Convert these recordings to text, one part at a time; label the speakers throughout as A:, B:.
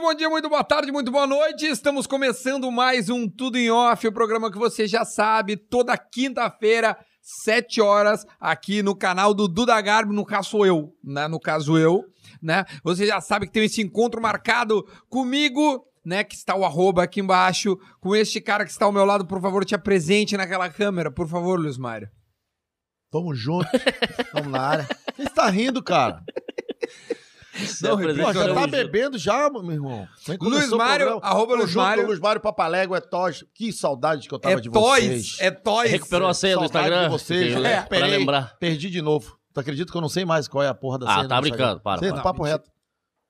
A: bom dia, muito boa tarde, muito boa noite. Estamos começando mais um Tudo em Off, o programa que você já sabe, toda quinta-feira, 7 horas, aqui no canal do Duda Garbi, no caso eu, né? No caso eu, né? Você já sabe que tem esse encontro marcado comigo, né? Que está o arroba aqui embaixo, com este cara que está ao meu lado, por favor, te apresente naquela câmera, por favor, Luiz Mário.
B: Tamo junto. Tamo na área. Você está rindo, cara?
C: é
A: Não,
B: Pô,
A: Luiz,
B: já
A: tamo
B: tá
A: junto.
B: bebendo já, meu irmão. Nem começou
A: Luiz
B: o
A: Mário,
B: programa.
A: arroba
B: Tamo
A: Luiz
B: junto,
A: Mário.
B: Luiz Mário Papalégua, é Toys. Que saudade que eu tava
A: É
B: de
A: toys,
B: vocês.
A: é toys.
C: Recuperou a senha do
B: Saudade
C: Instagram?
B: de vocês,
C: Porque-
B: né?
C: é, pra
B: Peraí.
C: lembrar.
B: Perdi de novo. Tu acredita que eu não sei mais qual é a porra da
C: Ah,
B: senha do
C: tá
B: Instagram?
C: brincando, para,
B: Sei,
C: para.
B: Papo
A: Não,
B: reto.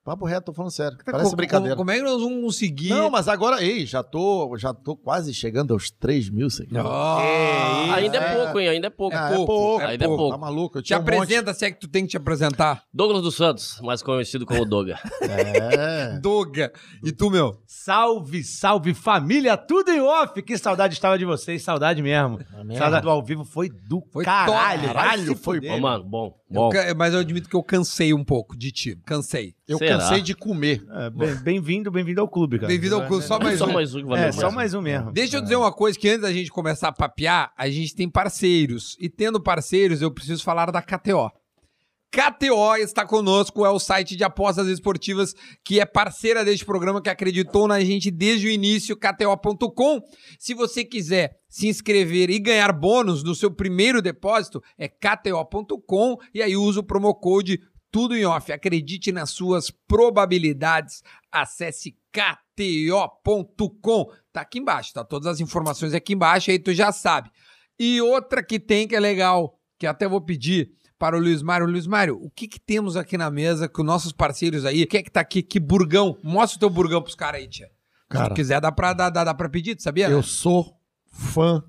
B: Papo reto, tô falando sério.
A: Co-
B: Parece
A: co-
B: brincadeira.
A: Como é que nós vamos conseguir?
B: Não, mas agora, ei, já tô, já tô quase chegando aos 3 mil seguidores.
A: Ah,
C: Ainda é
B: é.
C: pouco, hein? Ainda é pouco.
B: Ah,
A: pouco,
B: pouco.
A: é
C: Ainda é
A: pouco.
C: pouco.
B: Tá maluco? Eu
A: Te
B: tinha um monte.
A: apresenta, se é que tu tem que te apresentar.
C: Douglas dos Santos, mais conhecido como Doga.
B: É.
A: Doga. E tu, meu?
D: Salve, salve família, tudo em off. Que saudade estava de vocês, saudade mesmo.
B: É
D: Saudade do ao vivo foi do
A: Foi
D: caralho,
A: top.
D: vai se
B: Caralho, foi
D: fuder.
C: Ô, mano, bom,
A: Eu
C: bom.
A: ca- mas eu admito que eu cansei um pouco de ti. Cansei.
B: Eu
C: Será?
B: cansei de comer.
D: É, bem- Bem-vindo, bem-vindo ao clube, cara.
A: Bem-vindo ao clube. Só mais
C: só
A: um.
C: mais um que valeu
D: É,
C: mais.
D: só mais um mesmo.
A: Deixa eu dizer uma coisa que antes da gente começar a papear, a gente tem parceiros. E tendo parceiros, eu preciso falar da KTO. KTO está conosco, é o site de apostas esportivas que é parceira deste programa, que acreditou na gente desde o início, kto.com. Se você quiser se inscrever e ganhar bônus no seu primeiro depósito, é kto.com e aí usa o promo code tudo em off. Acredite nas suas probabilidades. Acesse kto.com. Tá aqui embaixo, tá todas as informações aqui embaixo, aí tu já sabe. E outra que tem que é legal, que até vou pedir para o Luiz Mário. Luiz Mário, o que que temos aqui na mesa com nossos parceiros aí? Quem é que tá aqui? Que burgão? Mostra o teu burgão pros caras aí, tia. Se
B: Cara.
A: tu quiser, dá pra, dá, dá, dá pra pedir, tu sabia? né?
B: Eu sou fã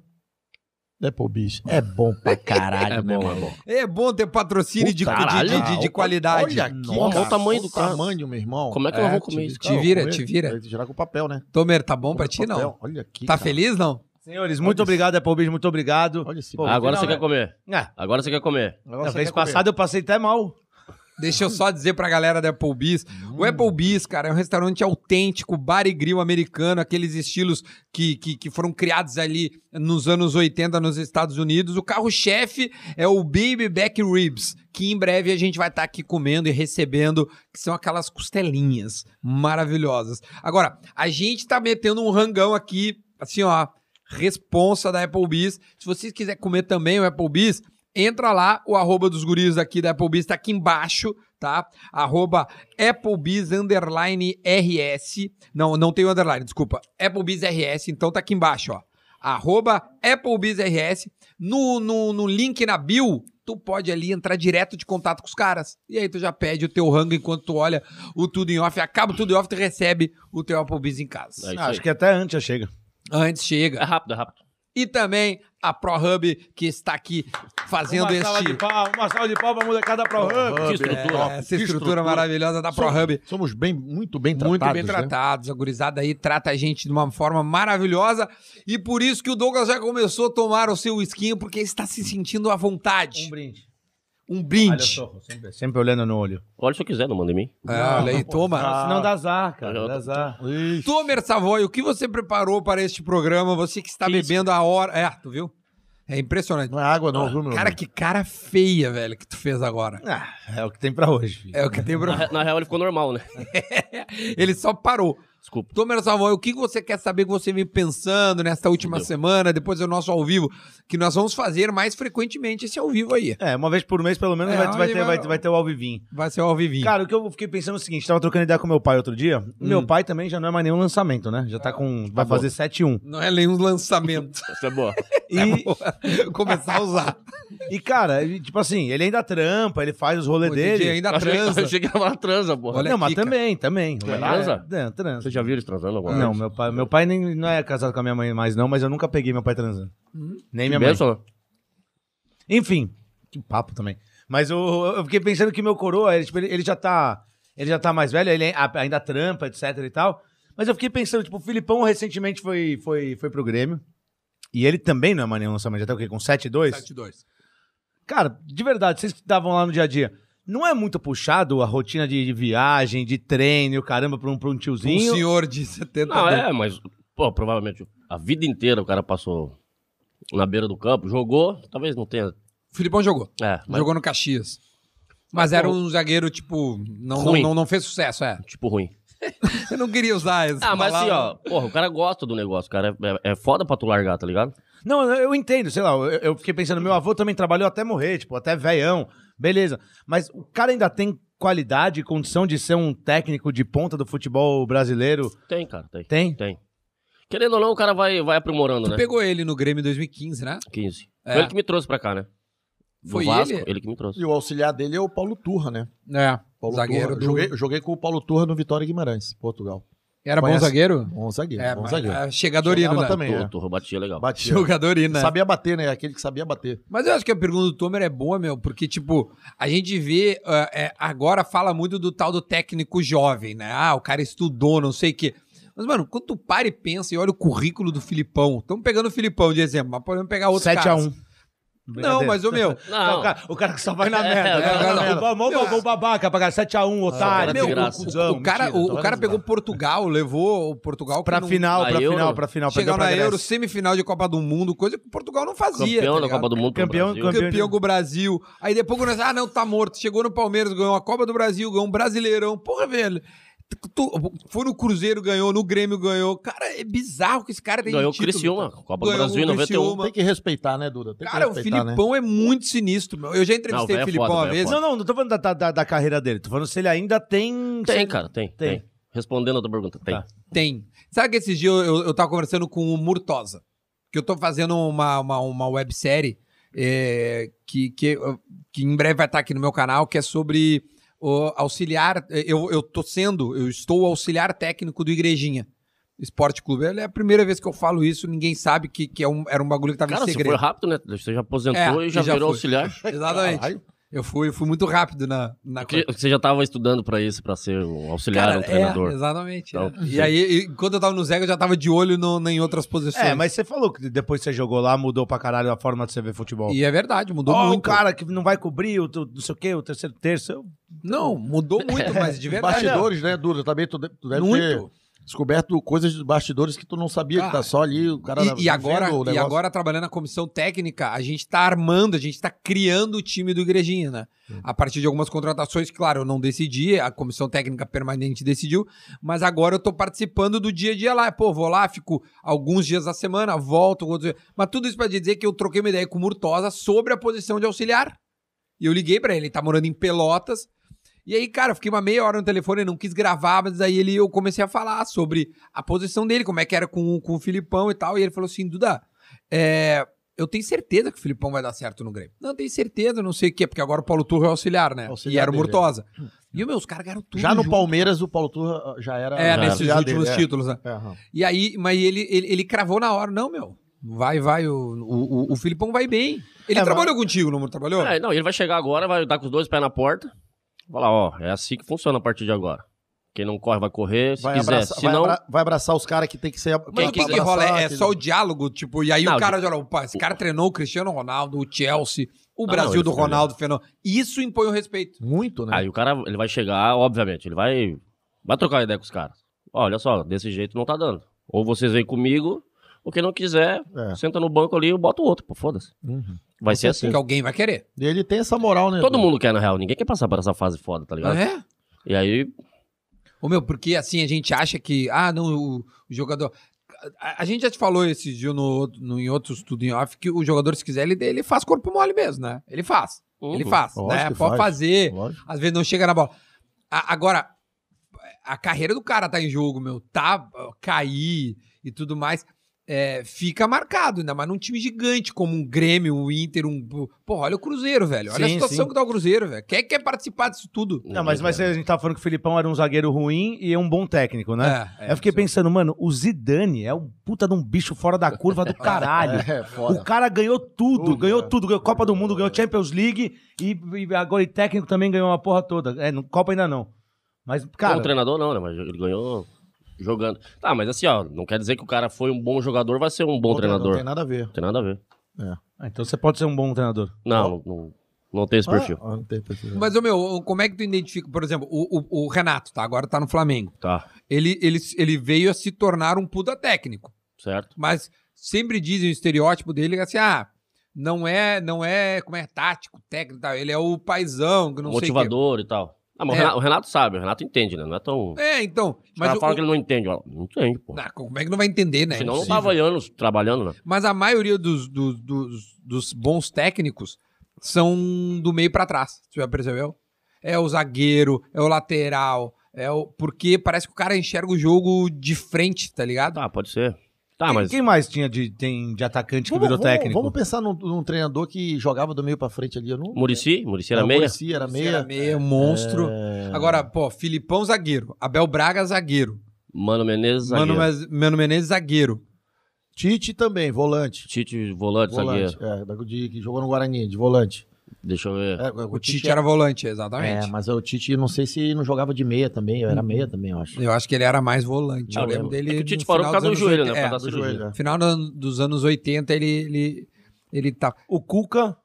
B: da Applebee's. É bom pra caralho,
C: É
B: né,
C: bom, é
B: mano?
C: bom.
A: É bom ter patrocínio de,
C: Puta,
A: de, de- de- de
B: olha-
A: qualidade.
B: Olha aqui,
C: Nossa, olha o tamanho do
B: cara.
C: carro.
B: tamanho, meu irmão.
C: Como é que nós vamos comer
B: te-
C: isso,
A: cara? Te vira,
B: comer-
A: te vira.
B: Tem que Tirar com papel, né?
A: Tomer, tá bom
B: Comer
A: pra ti,
B: com papel.
A: não?
B: Olha aqui,
A: Tá
B: cara.
A: feliz, não?
D: Senhores, muito obrigado, Applebee's, muito obrigado.
B: Olha esse
D: Pô,
B: bagulho.
C: Agora
D: não,
C: você
D: é.
C: quer comer.
D: É,
C: Agora você quer comer.
B: Agora
D: da
B: você
D: vez
B: quer comer.
D: passada eu passei até mal.
A: Deixa eu só dizer pra galera da Applebee's. O Applebee's, cara, é um restaurante autêntico, bar e grill americano, aqueles estilos que, que, que foram criados ali nos anos 80 nos Estados Unidos. O carro-chefe é o Baby Back Ribs, que em breve a gente vai estar aqui comendo e recebendo, que são aquelas costelinhas maravilhosas. Agora, a gente tá metendo um rangão aqui, assim, ó, responsa da Applebee's. Se vocês quiserem comer também o Applebee's, entra lá, o arroba dos guris aqui da Applebee's tá aqui embaixo, tá? Arroba Applebee's underline RS. Não, não tem o underline, desculpa. Applebee's RS, então tá aqui embaixo, ó. Arroba Applebee's RS. No, no, no link na bio, tu pode ali entrar direto de contato com os caras. E aí tu já pede o teu rango enquanto tu olha o tudo em off. Acaba o tudo em off, tu recebe o teu Applebee's em casa.
C: É isso
D: Ah, acho
C: aí.
D: que até antes já chega.
A: Antes chega
C: É rápido, é rápido.
A: e também a ProHub, que está aqui fazendo
D: uma salva
A: este,
D: de pau, uma salva de pau pra mulher cada pro
B: Hub,
C: Que estrutura.
D: É,
B: top,
A: essa
B: que
A: estrutura maravilhosa da
B: Somos-
A: ProHub.
B: Somos bem, muito bem tratados.
A: Muito bem
B: né?
A: tratados, a gurizada aí trata a gente de uma forma maravilhosa e por isso que o Douglas já começou a tomar o seu esquinho, porque está se sentindo à vontade.
D: Uhum. brinde.
A: Um
D: Um Olha
A: brinde.
D: só, sempre, sempre olhando no olho.
C: Olha se eu quiser, não manda em mim.
A: É, olha aí, toma.
D: Ah, senão dá azar, cara,
C: Eu-
D: dá azar.
B: Ixi,
A: Tomer Savoy, o que você preparou para este programa? Você que está bebendo a hora. É, tu viu? É impressionante.
B: Não é água não, viu, meu
A: Cara,
B: irmão?
A: que cara feia, velho, que tu fez agora.
D: Ah, é o que tem pra hoje, filho.
A: É o que tem
C: Na,
A: pra...
C: re- na real, ele ficou normal, né?
A: Ele só parou.
C: Desculpa.
A: Tomer Savoy, o que que você quer saber que você vem pensando nesta última
C: Entendeu.
A: semana, depois do nosso ao vivo, que nós vamos fazer mais frequentemente esse ao vivo aí.
D: É, uma vez por mês, pelo menos,
A: É,
D: vai, vai
A: olha,
D: ter, vai,
A: vai-
D: vai ter o Alvivim.
A: Vai ser o ao vivinho.
D: Cara, o que eu fiquei pensando é o seguinte, tava trocando ideia com meu pai outro dia. Meu pai também já não é mais nenhum lançamento, né? Já tá com. Vai
C: bom.
D: fazer 7-1.
A: Não é nenhum lançamento.
C: Essa é boa.
D: E,
A: Começar a usar.
D: e, cara, ele, tipo assim, ele ainda trampa, ele faz os rolês
A: O
D: dele.
A: DJ ainda é
C: Eu achei- Eu
A: transa.
C: achei que é era uma transa, porra.
A: Olha
D: não, mas
A: aqui, cara.
D: também, também.
C: Você
D: Ele
C: transa?
D: É, é, transa.
C: Você já viu eles transando alguma
D: Não,
C: vez?
D: meu pai, meu pai nem, não é casado com a minha mãe mais, não, mas eu nunca peguei meu pai transando. Nem minha mãe.
C: Benção, né?
D: Enfim, que papo também. Mas eu, eu fiquei pensando que meu coroa, ele, tipo, ele- ele já tá. Ele já tá mais velho, ele a- ainda trampa, etc e tal. Mas eu fiquei pensando, tipo, o Filipão recentemente foi, foi, foi pro Grêmio. E ele também não é mais nenhum lançamento, até o quê? Com 7-2?
A: 7-2.
D: Cara, de verdade, vocês que estavam lá no dia a dia. Não é muito puxado a rotina de, de viagem, de treino, e o caramba, pra um, pra um
A: Um
D: tiozinho?
A: senhor de 70
C: Não,
A: anos.
C: é, mas, pô, provavelmente a vida inteira o cara passou na beira do campo, jogou, talvez não tenha.
A: O Filipão jogou.
C: É, mas,
A: Jogou no Caxias. Mas era um zagueiro, tipo, não, não,
C: Ruim.
A: não, não fez sucesso, é.
C: tipo, ruim.
A: Eu não queria usar essa
C: Ah, mas assim,
A: palavra.
C: ó, porra, o cara gosta do negócio, cara. É, é, é foda pra tu largar, tá ligado?
D: Não, eu- eu entendo, sei lá, eu, eu fiquei pensando, meu avô também trabalhou até morrer, tipo, até veião, beleza. Mas o cara ainda tem qualidade e condição de ser um técnico de ponta do futebol brasileiro?
C: Tem, cara, tem.
D: Tem?
C: Tem. Querendo ou não, o cara vai, vai aprimorando,
A: Tu
C: né?
A: pegou ele no Grêmio em 2015, né?
C: 15.
A: É.
C: Foi ele que me trouxe pra cá, né? Do
A: Foi
C: Vasco,
A: ele?
C: que me trouxe.
B: E o auxiliar dele é o Paulo Turra, né?
A: É.
B: Paulo
A: zagueiro
B: Turra.
A: do...
B: Joguei, joguei com o Paulo Turra no Vitória Guimarães, Portugal.
A: Era bom
B: Conhece?
A: zagueiro?
B: Bom zagueiro,
A: É,
B: bom
A: mas-
B: zagueiro.
A: é, chegadorino,
B: Jogava
A: né?
B: também,
C: Tô,
B: é.
C: tô, batia legal.
B: Batia.
A: Jogadorino, né?
B: Sabia bater, né? Aquele que sabia bater.
A: Mas eu acho que a pergunta do Tomer é boa, meu, porque, tipo, a gente vê, ah, é, agora fala muito do tal do técnico jovem, né? Ah, o cara estudou, não sei o quê. Mas, mano, quando tu para e pensa e olha o currículo do Filipão, estamos pegando o Filipão de exemplo, mas podemos pegar outro cara.
D: 7x1.
A: Não, mas o meu,
D: Não,
C: Não,
D: o, cara, o cara que só vai na
C: É,
D: merda.
C: o cara
D: né?
A: vai na
D: O ba- mó- mó- mó babaca, pra 7x1,
C: cara
D: otário.
A: meu,
C: de
A: o,
C: graça.
A: o- o cara, o, o cara pegou Portugal, levou o Portugal que
D: Pra
A: não-
D: final,
C: Na
D: pra
C: Euro,
D: final, pra final. perdeu
A: Chegar
D: pra
A: um na
D: Grécia.
A: Euro, semifinal de Copa do Mundo, coisa que Portugal não fazia.
C: campeão
A: tá
C: da
A: ligado?
C: Copa do Mundo. pelo
D: Campeão-
C: Brasil.
D: campeão-
A: campeão com o Brasil. Aí depois quando nós, ah, não, tá morto. Chegou no Palmeiras, ganhou a Copa do Brasil, ganhou um Brasileirão. Porra, velho. tu- tu- foi no Cruzeiro, ganhou, no Grêmio ganhou. Cara, é bizarro que esse cara tem
C: Ganhou o
A: de título,
C: Criciúma,
A: cara.
C: Copa do Brasil em
A: o
C: 91.
A: Criciúma.
B: Tem que respeitar, né, Duda? Tem
A: Cara,
B: que
A: o
B: respeitar, né?
A: Filipão é muito sinistro, meu. Eu já entrevistei
C: Não,
A: o
C: velho é
A: Filipão
C: foda,
A: uma
C: velho é
A: vez.
C: foda.
D: Não, não, não tô falando da, da- da- da carreira dele. Tô falando se ele ainda tem...
C: Tem, cara, tem,
D: Tem.
C: tem. Respondendo a tua pergunta, tem.
D: Tá.
A: Tem. Sabe que esses dias eu, eu, eu tava conversando com o Murtosa, que eu tô fazendo uma, uma, uma websérie é, que, que, que em breve vai estar aqui no meu canal, que é sobre o auxiliar. é, Eu, eu tô sendo, eu estou auxiliar técnico do Igrejinha. Esporte Clube. É a primeira vez que eu falo isso, ninguém sabe que, que é um, era um bagulho que tava
C: Cara,
A: em
C: você
A: segredo.
C: foi rápido, né? Você já aposentou
A: É,
C: e já
A: e já
C: virou
A: fui.
C: auxiliar.
A: Exatamente.
B: Caralho.
A: Eu fui, fui muito rápido na, na
C: Que- Você já tava estudando pra isso, pra ser um auxiliar,
A: Cara,
C: um
A: é,
C: treinador.
A: exatamente.
C: Então,
A: é. E aí, e quando eu tava no Zé, eu já tava de olho no, em outras posições.
D: É, mas você falou que depois que você jogou lá, mudou pra caralho a forma de você ver futebol.
A: E é verdade, mudou
D: Ó,
A: muito.
D: o cara que não vai cobrir o, teu- não sei o quê, o terceiro terço. eu-
A: Não, mudou muito, mas de verdade.
B: Bastidores, né, Duda? Também tu, de- tu deve ter
A: muito.
B: descoberto coisas de bastidores que tu não sabia, que
A: Cara,
B: tá só ali o cara
A: E, e agora,
B: vendo o
A: e
B: negócio.
A: agora, trabalhando na comissão técnica, a gente tá armando, a gente tá criando o time do Igrejinha, né? A partir de algumas contratações, claro, eu não decidi, a comissão técnica permanente decidiu, mas agora eu tô participando do dia a dia lá. Pô, vou lá, fico alguns dias da semana, volto, outros dias. Mas tudo isso pra dizer que eu troquei uma ideia com o Murtosa sobre a posição de auxiliar. E eu liguei pra ele, ele tá morando em Pelotas. E aí, cara, eu fiquei uma meia hora no telefone, não quis gravar, mas aí ele, eu comecei a falar sobre a posição dele, como é que era com, o- com o Filipão e tal. E ele falou assim: Duda, é, eu tenho certeza que o Filipão vai dar certo no Grêmio. Não, tenho certeza, não sei o quê, porque agora o Paulo Turro é auxiliar, né? e
B: Auxiliar
A: era o
B: dele, Hum.
A: Murtosa. E meu, os caras ganharam tudo.
B: Já no
A: junto.
B: Palmeiras, o Paulo Turra ah, já era.
A: É,
B: já
A: nesses
B: era
A: últimos
B: dele, é.
A: títulos, né?
B: É, aham.
A: E aí, mas ele, ele, ele cravou na hora, não, meu. Vai, vai, o, o, o- o Filipão vai bem. Ele
D: É,
A: trabalhou contigo, não trabalhou?
C: É, não, ele vai chegar agora, vai dar com os dois pés na porta. Vai lá, ó, é assim que funciona a partir de agora. Quem não corre vai correr, se
B: Vai,
C: quiser.
B: abraçar,
C: se
B: vai,
C: não,
B: abra- vai abraçar os caras que tem que ser.
A: Mas o que,
C: quem
A: que rola? É, é
B: que-
A: só o diálogo, tipo, e aí
C: né? Não,
A: o cara olha, opa, esse cara treinou o Cristiano Ronaldo, o Chelsea, o
C: Não, é
A: Brasil
C: ele
A: do
C: fica olhando.
A: Ronaldo, Fernando. Isso impõe o respeito.
B: Muito, né?
C: aí o cara, ele vai chegar, obviamente, ele vai, vai trocar ideia com os caras. Ó, Olha só, desse jeito não tá dando. Ou vocês vêm comigo, ou quem não quiser,
B: É.
C: senta no banco ali e bota o outro, pô, foda-se.
B: Uhum.
C: Vai ser
A: Porque
C: assim.
A: alguém vai querer.
B: E ele tem essa moral, né?
C: Todo
B: Duda?
C: mundo quer, na real. Ninguém quer passar por essa fase foda, tá ligado?
A: É?
C: E aí,
A: Ô, meu, porque assim a gente acha que, ah, não, o, o jogador. A, a gente já te falou esse dia no, no, em outro estudo em off que o jogador, se quiser, ele, ele faz corpo mole mesmo, né? Ele faz. Ele
C: uhum.
A: faz.
B: Lógico
A: Né?
B: que
A: Pode
B: faz.
A: fazer.
B: Lógico.
A: Às vezes não chega na bola. A- agora, a carreira do cara tá em jogo, meu. Tá, ó, cair e tudo mais. É, fica marcado, ainda mais num time gigante como um Grêmio, um Inter, um. Pô, olha o Cruzeiro, velho. Olha a
D: Sim,
A: situação
D: sim.
A: que tá o Cruzeiro, velho. Quem quer participar disso tudo?
D: Não, mas, mas a gente tava falando que o Filipão era um zagueiro ruim e um bom técnico, né?
A: É,
D: Aí eu fiquei pensando, mano, o Zidane é um puta de um bicho fora da curva do caralho.
B: É,
D: O
B: foda.
D: cara ganhou tudo,
B: Tudo,
D: ganhou
B: né?
D: tudo, ganhou Copa do Mundo, ganhou Champions League e, e agora e técnico também ganhou uma porra toda. É, no Copa ainda não. Mas,
C: Como
D: cara,
C: treinador, não, né? Mas ele ganhou jogando. Tá, mas assim, ó, não quer dizer que o cara foi um bom jogador, vai ser um bom
B: Não
A: né?
C: treinador.
B: tem nada a ver.
C: Não tem nada a ver.
D: ah, então você pode ser um bom treinador.
C: Não, não, não, Não tem esse perfil.
B: Ah, não tem perfil.
A: Mas, ô meu, como é que tu identifica, por exemplo, o, o- o Renato, tá? Agora tá no Flamengo.
C: Tá,
A: Ele, ele, ele veio a se tornar um puta técnico.
C: certo?
A: Mas sempre dizem o estereótipo dele que é assim, ah, não é, não é, como é, tático, técnico, e tal. ele é o paizão, que não sei
C: Motivador e tal. Ah, mas
A: É.
C: o, Renato, o Renato sabe, o Renato entende, né? Não é tão.
A: o quê. É, então,
C: Os
A: mas
C: caras
A: o-
C: falam que ele não entende. ó. Não entende, pô.
A: Ah, como é que não vai entender, né? É
C: Senão não
A: impossível.
C: tava anos trabalhando, né?
A: Mas a maioria dos, dos, dos, dos bons técnicos são do meio pra trás, você já percebeu? É o zagueiro, é o lateral, é o porque parece que o cara enxerga o jogo de frente, tá ligado?
C: Tá, pode ser. Tá,
D: Quem-
C: mas.
D: Quem mais tinha de, tem de atacante que
B: Vamos-
D: virou
B: vamos-
D: técnico?
B: Vamos pensar num, num treinador que jogava do meio pra frente ali. Eu não...
C: Murici? Murici Hum, era
B: Ah, o
C: meia?
B: Muricy era meia.
A: Era meio um monstro.
B: É,
A: Agora, pô, Filipão zagueiro, Abel Braga zagueiro,
C: Mano Menezes, zagueiro.
A: Mano, Mas- Mano Menezes zagueiro.
B: Tite também, volante.
C: Tite, volante,
B: volante.
C: zagueiro.
B: É, da- de- que jogou no Guarani, de volante.
C: Deixa eu ver.
B: É,
A: O Tite era volante, exatamente.
B: É, mas o Tite, não sei se não jogava de meia também.
C: Uhum.
B: Era meia também, eu acho.
A: Eu acho que ele era mais volante.
C: Ah,
A: eu lembro
C: lembro.
A: dele.
C: É que o Tite
A: no
C: parou por
A: final
C: causa do
A: dos
C: joelho,
A: anos
C: né? Por
A: 80,
C: causa da
B: Do
C: cirurgia.
B: joelho,
A: é, final do- dos anos 80, ele, ele, ele tá.
D: O Cuca.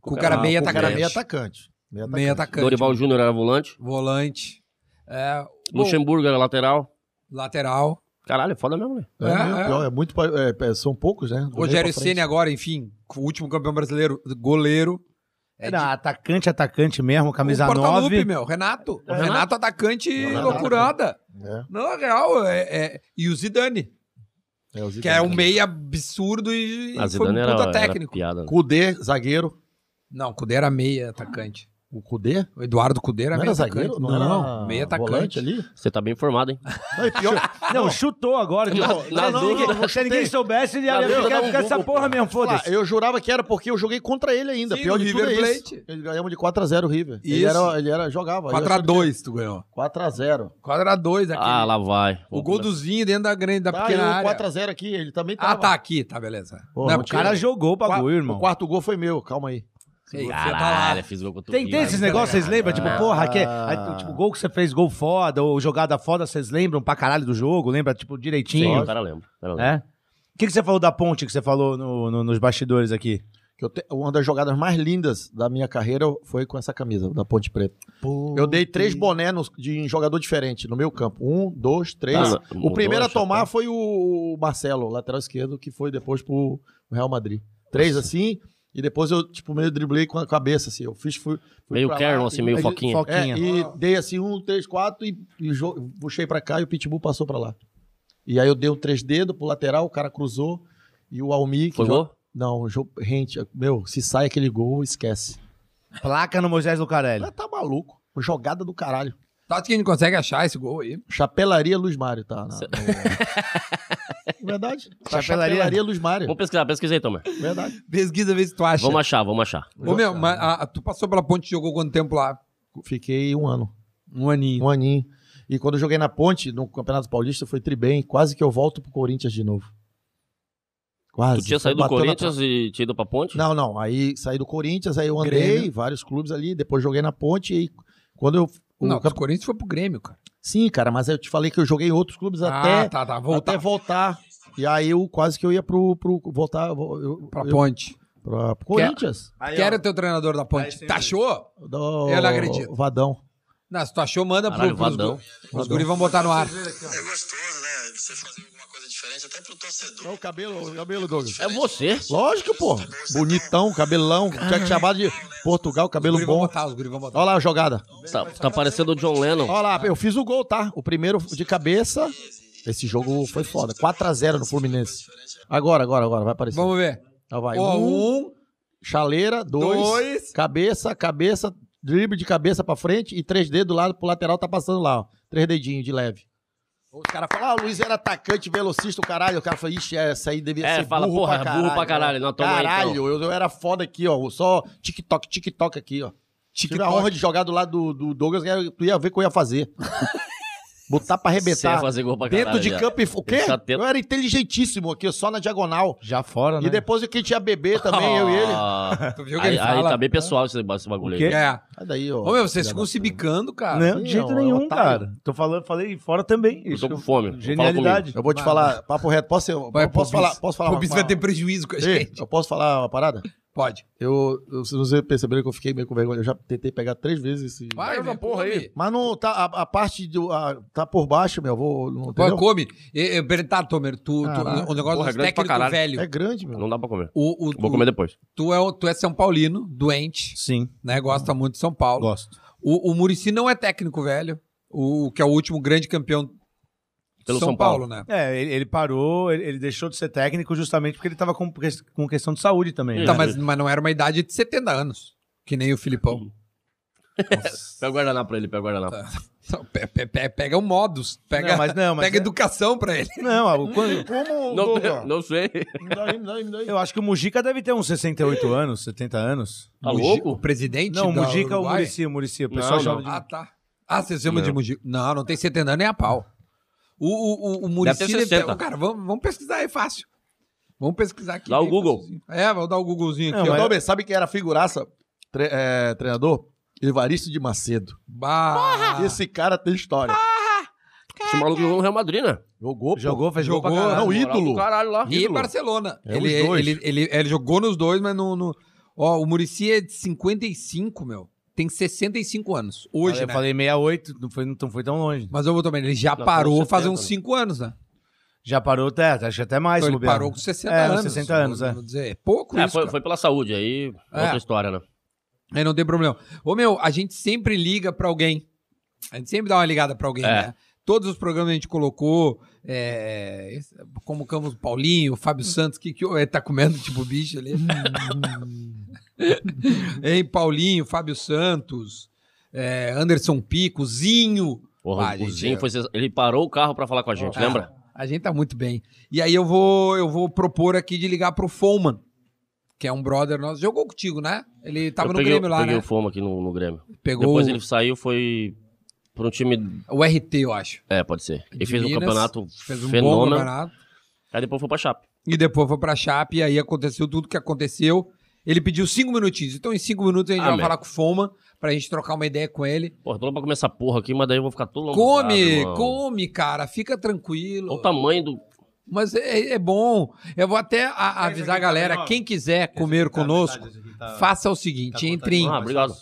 A: Com o cara
C: Ah,
A: meio
C: o
B: Era meia
A: atacante.
B: atacante. Meia atacante.
A: Meio atacante.
C: Dorival Júnior era volante.
A: Volante. É, bom,
C: Luxemburgo era lateral.
A: lateral.
C: Caralho, é foda mesmo, né?
B: É,
A: É,
B: mesmo,
A: é.
B: pior, é muito pa- é, é, são poucos, né? Do meio
A: Rogério
B: pra
A: Ceni
B: frente.
A: agora, enfim, o último campeão brasileiro, goleiro. É
D: Era
A: de-
D: atacante, atacante mesmo, camisa
A: o Portaluppi,
D: 9.
A: meu, Renato. O
C: Renato.
A: Renato atacante
B: Renato.
A: loucurada.
B: É,
A: Não, é real. É, é- E o Zidane,
B: é o
A: que é
B: Zidane.
A: um meio absurdo e
B: Ah,
C: A
A: e foi um
C: Zidane era,
A: puta
C: era
A: técnico.
C: piada. né?
B: Cudê, zagueiro.
A: Não, o Cudê era meia atacante.
B: O Cudê?
A: O Eduardo Cudê era
B: Não
A: meia é
B: era
A: atacante.
B: zagueiro? Não, era
A: meia
B: volante
A: atacante.
B: ali?
C: Você tá bem informado, hein?
B: Não, e pior...
D: Não, chutou agora.
C: Na-
D: tipo,
C: na
D: se ninguém-
C: dúvida,
D: se ninguém soubesse, ele
C: Na
D: ia
C: dúvida,
D: ficar
C: dá um
D: com essa
C: Google,
D: porra mesmo,
B: Lá,
D: foda-se.
B: eu jurava que era porque eu joguei contra ele ainda.
A: Sim,
B: pior
A: no
B: de tudo
A: River
B: é isso.
A: Plate.
B: Ele ganhamos de 4x0 o River. Ele
A: Isso.
B: era, ele era, jogava.
A: 4x2 tu ganhou.
B: 4x0.
A: 4x2 aqui.
C: Ah, lá vai.
A: o gol do Zinho dentro da grande, da
B: Tá, e o
A: pequena área.
B: 4x0 aqui, ele também tava.
A: Ah, tá aqui, tá, beleza.
B: Pô,
A: Não,
B: não
D: O cara jogou o bagulho,
B: O
D: irmão.
B: quarto gol foi meu, calma aí.
A: Ei, você tá lá.
C: Caralho, fiz gol com o
D: Tem, tem
C: né?
D: esses negócios, vocês lembram? Tipo, porra, aqui, é- aí, tipo, gol que você fez, gol foda, ou jogada foda, vocês lembram pra caralho do jogo? Lembra, tipo,
C: Sim,
D: direitinho?
C: o cara lembra. o cara lembra.
D: É? O que, que você falou da ponte que você falou no- no- nos bastidores aqui?
B: Que eu te- Uma das jogadas mais lindas da minha carreira foi com essa camisa, da Ponte Preta. Eu dei três bonés nos- de em jogador diferente no meu campo. Um, dois, três.
C: Tá,
B: o
C: mudou,
B: primeiro a
C: chapéu.
B: tomar foi o Marcelo, lateral esquerdo, que foi depois pro Real Madrid. Três assim, e depois eu, tipo, meio driblei com a cabeça, assim. Eu fiz, fui. fui
C: Meio
B: pra lá
C: Carroll,
B: e-
C: assim, meio
B: aí-
C: foquinha.
B: É,
D: Foquinha.
B: e dei assim um, três, quatro e, e jo- puxei pra cá e o Pitbull passou pra lá. E aí eu dei um três dedos pro lateral, o cara cruzou e o Almi... que
C: Foi
B: joga-
C: gol?
B: Não, o jogo, gente, meu, se sai aquele gol, esquece.
D: Placa no Moisés Lucarelli.
B: Ela tá maluco. Jogada do caralho.
A: Tá que a gente consegue achar esse gol aí.
B: Chapelaria Luz Mário, tá? Na, no- Verdade. Tá
D: Chapelaria?
B: chapelaria? Luz Mário.
C: Vamos pesquisar, pesquisa aí, Tomé.
B: Verdade.
A: Pesquisa, vê se tu acha.
C: Vamos achar, vamos achar.
A: Ô, meu, mas a- a- tu passou pela ponte e jogou quanto tempo lá?
B: Fiquei um ano.
A: Um aninho.
B: Um aninho. E quando eu joguei na ponte, no Campeonato Paulista, foi tribem. Quase que eu volto pro Corinthians de novo. Quase.
C: Tu tinha saído do
B: Bateu na
C: Corinthians e tinha ido pra ponte?
B: Não, não. Aí saí do Corinthians, aí eu andei,
A: Grêmio.
B: vários clubes ali, depois joguei na ponte e quando eu. o
A: Não, o
B: campe-
A: Corinthians foi pro Grêmio, cara.
B: Sim, cara, mas aí eu te falei que eu joguei em outros clubes até,
A: ah, tá, tá. Voltar
B: até voltar. E aí eu quase que eu ia pro. pro voltar. Eu, eu-
A: pra
B: eu-
A: ponte. é
B: pra- pro Corinthians.
A: Quem era o teu treinador da
D: Aí
A: ponte?
D: sim,
A: Tu achou?
B: Do...
A: Eu não acredito.
B: Vadão.
A: Não, se tu achou, manda pro,
C: Caralho,
A: pros
C: Vadão.
A: gu- Os guris vão botar no ar.
E: É gostoso, né? Você fazer alguma coisa diferente, até pro torcedor.
B: É o cabelo, o cabelo, Douglas.
C: É você.
B: Lógico, pô. Bonitão, cabelão. Tinha que chamar de Portugal,
A: Os
B: cabelo
A: guris vão
B: bom.
A: botar, os guris vão botar.
B: Olha lá a jogada.
C: Tá, tá parecendo o John Lennon.
B: Olha lá, eu fiz o gol, tá? O primeiro de cabeça. Esse jogo foi foda. 4x0 no Fluminense. Agora, agora, agora. Vai aparecer.
A: Vamos ver.
B: Ó, vai.
A: Ó,
B: Um,
A: um,
B: chaleira, dois,
A: dois.
B: Cabeça, cabeça. Drible de cabeça pra frente e três dedos do lado pro lateral tá passando lá, ó. Três dedinhos de leve. Os caras falam, ah, o Luiz era atacante, velocista, o caralho. O cara fala, ixi, essa aí devia
C: É,
B: ser
C: fala,
B: burro
C: porra,
B: pra caralho.
C: burro pra caralho, não, toma aí, então.
B: Caralho, eu, eu era foda aqui, ó. Só tic-toc, tic-toc aqui, ó. Tive a honra de jogar do lado do, do Douglas, que tu ia ver o que eu ia fazer. Botar pra
C: Você ia
B: arrebentar.
C: fazer gol é pra
B: Dentro
C: caralho,
B: de
C: já.
B: campo e... O quê?
C: Ele tá tendo-
B: Eu era inteligentíssimo aqui, só na diagonal.
D: Já fora, né?
B: E depois o que tinha bebê também, eu e ele.
C: Ah,
A: Tu viu o que ele
C: aí, aí
A: fala?
C: tá bem pessoal esse, esse bagulho
D: O
C: aí.
D: quê?
A: É.
B: Olha daí, ó.
A: Ô, meu, vocês
B: Filha
A: ficam
B: da
A: se
B: puta.
A: bicando, cara.
D: Não,
B: Sim,
D: de jeito
A: um
B: não, é
D: nenhum,
B: otário.
D: cara. Tô falando, falei fora também.
C: Eu tô
D: Isso
C: com
D: que
C: fome. Fala
D: Genialidade.
B: Eu vou te falar, papo reto, posso, eu
A: Vai,
B: posso
A: Pubis.
B: falar, posso falar
A: Pubis
B: uma-
A: vai ter prejuízo com a
B: Ei,
A: gente.
B: eu posso falar uma parada?
A: Pode.
B: Eu, eu, se vocês perceberam que eu fiquei meio com vergonha, eu já tentei pegar três vezes esse...
A: Vai,
D: Vai,
A: velho,
D: essa porra aí.
A: come.
B: Mas não, tá, a, a parte do, a- tá por baixo, meu, vou... Não,
A: Pode,
B: entendeu?
A: come. E- e, Bertá, Tomer, tu, tu-
B: Caralho.
A: o negócio
C: Porra, é
A: dos
C: grande pra
A: técnicos
C: caralho.
A: velho.
B: É grande, meu.
C: Não dá pra comer.
A: O, o,
C: Vou comer
A: tu,
C: depois.
A: tu, é, o- tu é São Paulino, doente,
D: Sim,
A: né? Gosta muito de São Paulo.
D: gosto.
A: O, o Murici não é técnico velho, o, que é o último grande campeão
C: Pelo
A: de São,
C: São
A: Paulo, né?
C: Paulo.
D: É, ele, ele parou, ele, ele deixou de ser técnico justamente porque ele tava com, que- com questão de saúde também. né?
C: É.
A: Tá, mas, mas não era uma idade de 70 anos, que nem o
C: Uhum.
A: Filipão.
C: Pega o guardanapo pra ele, pega o guardanapo.
A: Então, pe- pe- pe- pega o modus, pega,
D: Não, mas não, mas
A: pega
D: é-
A: educação pra ele.
D: Não, ah, o- quando-
B: Como,
C: Não,
B: Douglas?
C: não sei.
B: Me dá aí, me dá aí, me dá aí.
D: eu acho que o Mujica deve ter uns 68 anos, 70 anos.
C: Tá
A: Mugi- O
C: louco?
A: presidente
D: Não, o
A: da
D: Mujica ou o
A: Uruguai?
D: Murici, o Murici. O pessoal
C: Não,
D: chama de...
A: Ah, tá. Ah, você chama
C: Não.
A: de Mujica. Não, não tem 70 anos nem a pau. O, o, o, o Muricy
C: ter
A: deve ter-
C: 60.
A: Cara, vamos, vamos pesquisar, é fácil. Vamos pesquisar aqui.
C: Dá o
A: bem
C: Google.
A: facilzinho. É, vou dar o Googlezinho aqui.
D: Não,
A: ó.
D: mas-
B: Douglas, sabe quem era figuraça, tre- é, treinador? Evaristo de Macedo.
A: Bah.
B: Esse cara tem história.
C: Esse maluco jogou no Real Madrid, né?
B: Jogou, pô.
D: Jogou, fez gol pra
A: Jogou,
D: caralho.
B: Não, um
C: Moral do
B: ídolo.
C: Caralho lá.
A: E Barcelona.
B: É,
A: ele,
B: os dois.
A: Ele, ele, ele jogou nos dois, mas no... no- Ó, o Murici é de 55, meu. Tem 65 anos. Hoje,
D: eu
A: né?
D: falei 68, não foi, não foi tão longe.
A: Mas eu vou também. Ele já
C: Não,
A: parou
C: tem
A: faz
C: 70,
A: uns
C: né?
A: 5 anos, né?
D: Já parou até, acho que até mais.
A: Então
D: se
A: ele
D: bobear.
A: parou com 60
D: É, uns
A: anos.
D: 60 anos,
A: vou-
D: é.
A: vou dizer, é pouco
C: É,
A: isso,
C: foi,
A: cara.
C: foi pela saúde, aí
A: É.
C: outra história, né?
A: Aí não tem problema. Ô, meu, a gente sempre liga pra alguém. A gente sempre dá uma ligada pra alguém,
C: É.
A: né? Todos os programas a gente colocou, é, esse- convocamos o Paulinho, o Fábio Santos, que, que ele tá comendo tipo bicho ali. hein, Paulinho, Fábio Santos, é, Anderson Pico, Zinho.
C: Porra,
A: Ah,
C: o
A: gente,
C: Zinho
A: é.
C: foi sens- Ele parou o carro pra falar com a gente,
A: Ah,
C: lembra?
A: A gente tá muito bem. E aí eu vou, eu vou propor aqui de ligar pro Foman, que é um brother nosso. Jogou contigo, né? Ele tava
C: eu
A: no
C: peguei,
A: Grêmio lá,
C: peguei
A: né?
C: o Foma aqui no, no Grêmio.
A: Pegou
C: Depois ele saiu, foi pra um time.
A: o RT, eu acho.
C: É, pode ser. Ele
A: De
C: fez um
A: Minas,
C: campeonato
A: Fez um bom
C: fenômeno.
A: campeonato.
C: Aí depois foi pra Chape.
A: E depois foi pra Chape, e aí aconteceu tudo que aconteceu. Ele pediu cinco minutinhos. Então, em cinco minutos, a gente
C: Ah,
A: vai
C: meu.
A: falar com o Foma pra gente trocar uma ideia com ele.
C: Porra, tô louco pra comer essa porra aqui, mas daí eu vou ficar todo louco.
A: come,
C: irmão.
A: come, cara. Fica tranquilo.
C: Olha o tamanho do.
A: Mas é, é bom. Eu vou até a-
D: aqui
A: avisar
D: tá
A: a galera.
D: melhor.
A: Quem quiser comer
D: é
A: conosco, faça o seguinte.
D: tá
A: entre, em,
D: contadinho.
C: Ah, obrigado.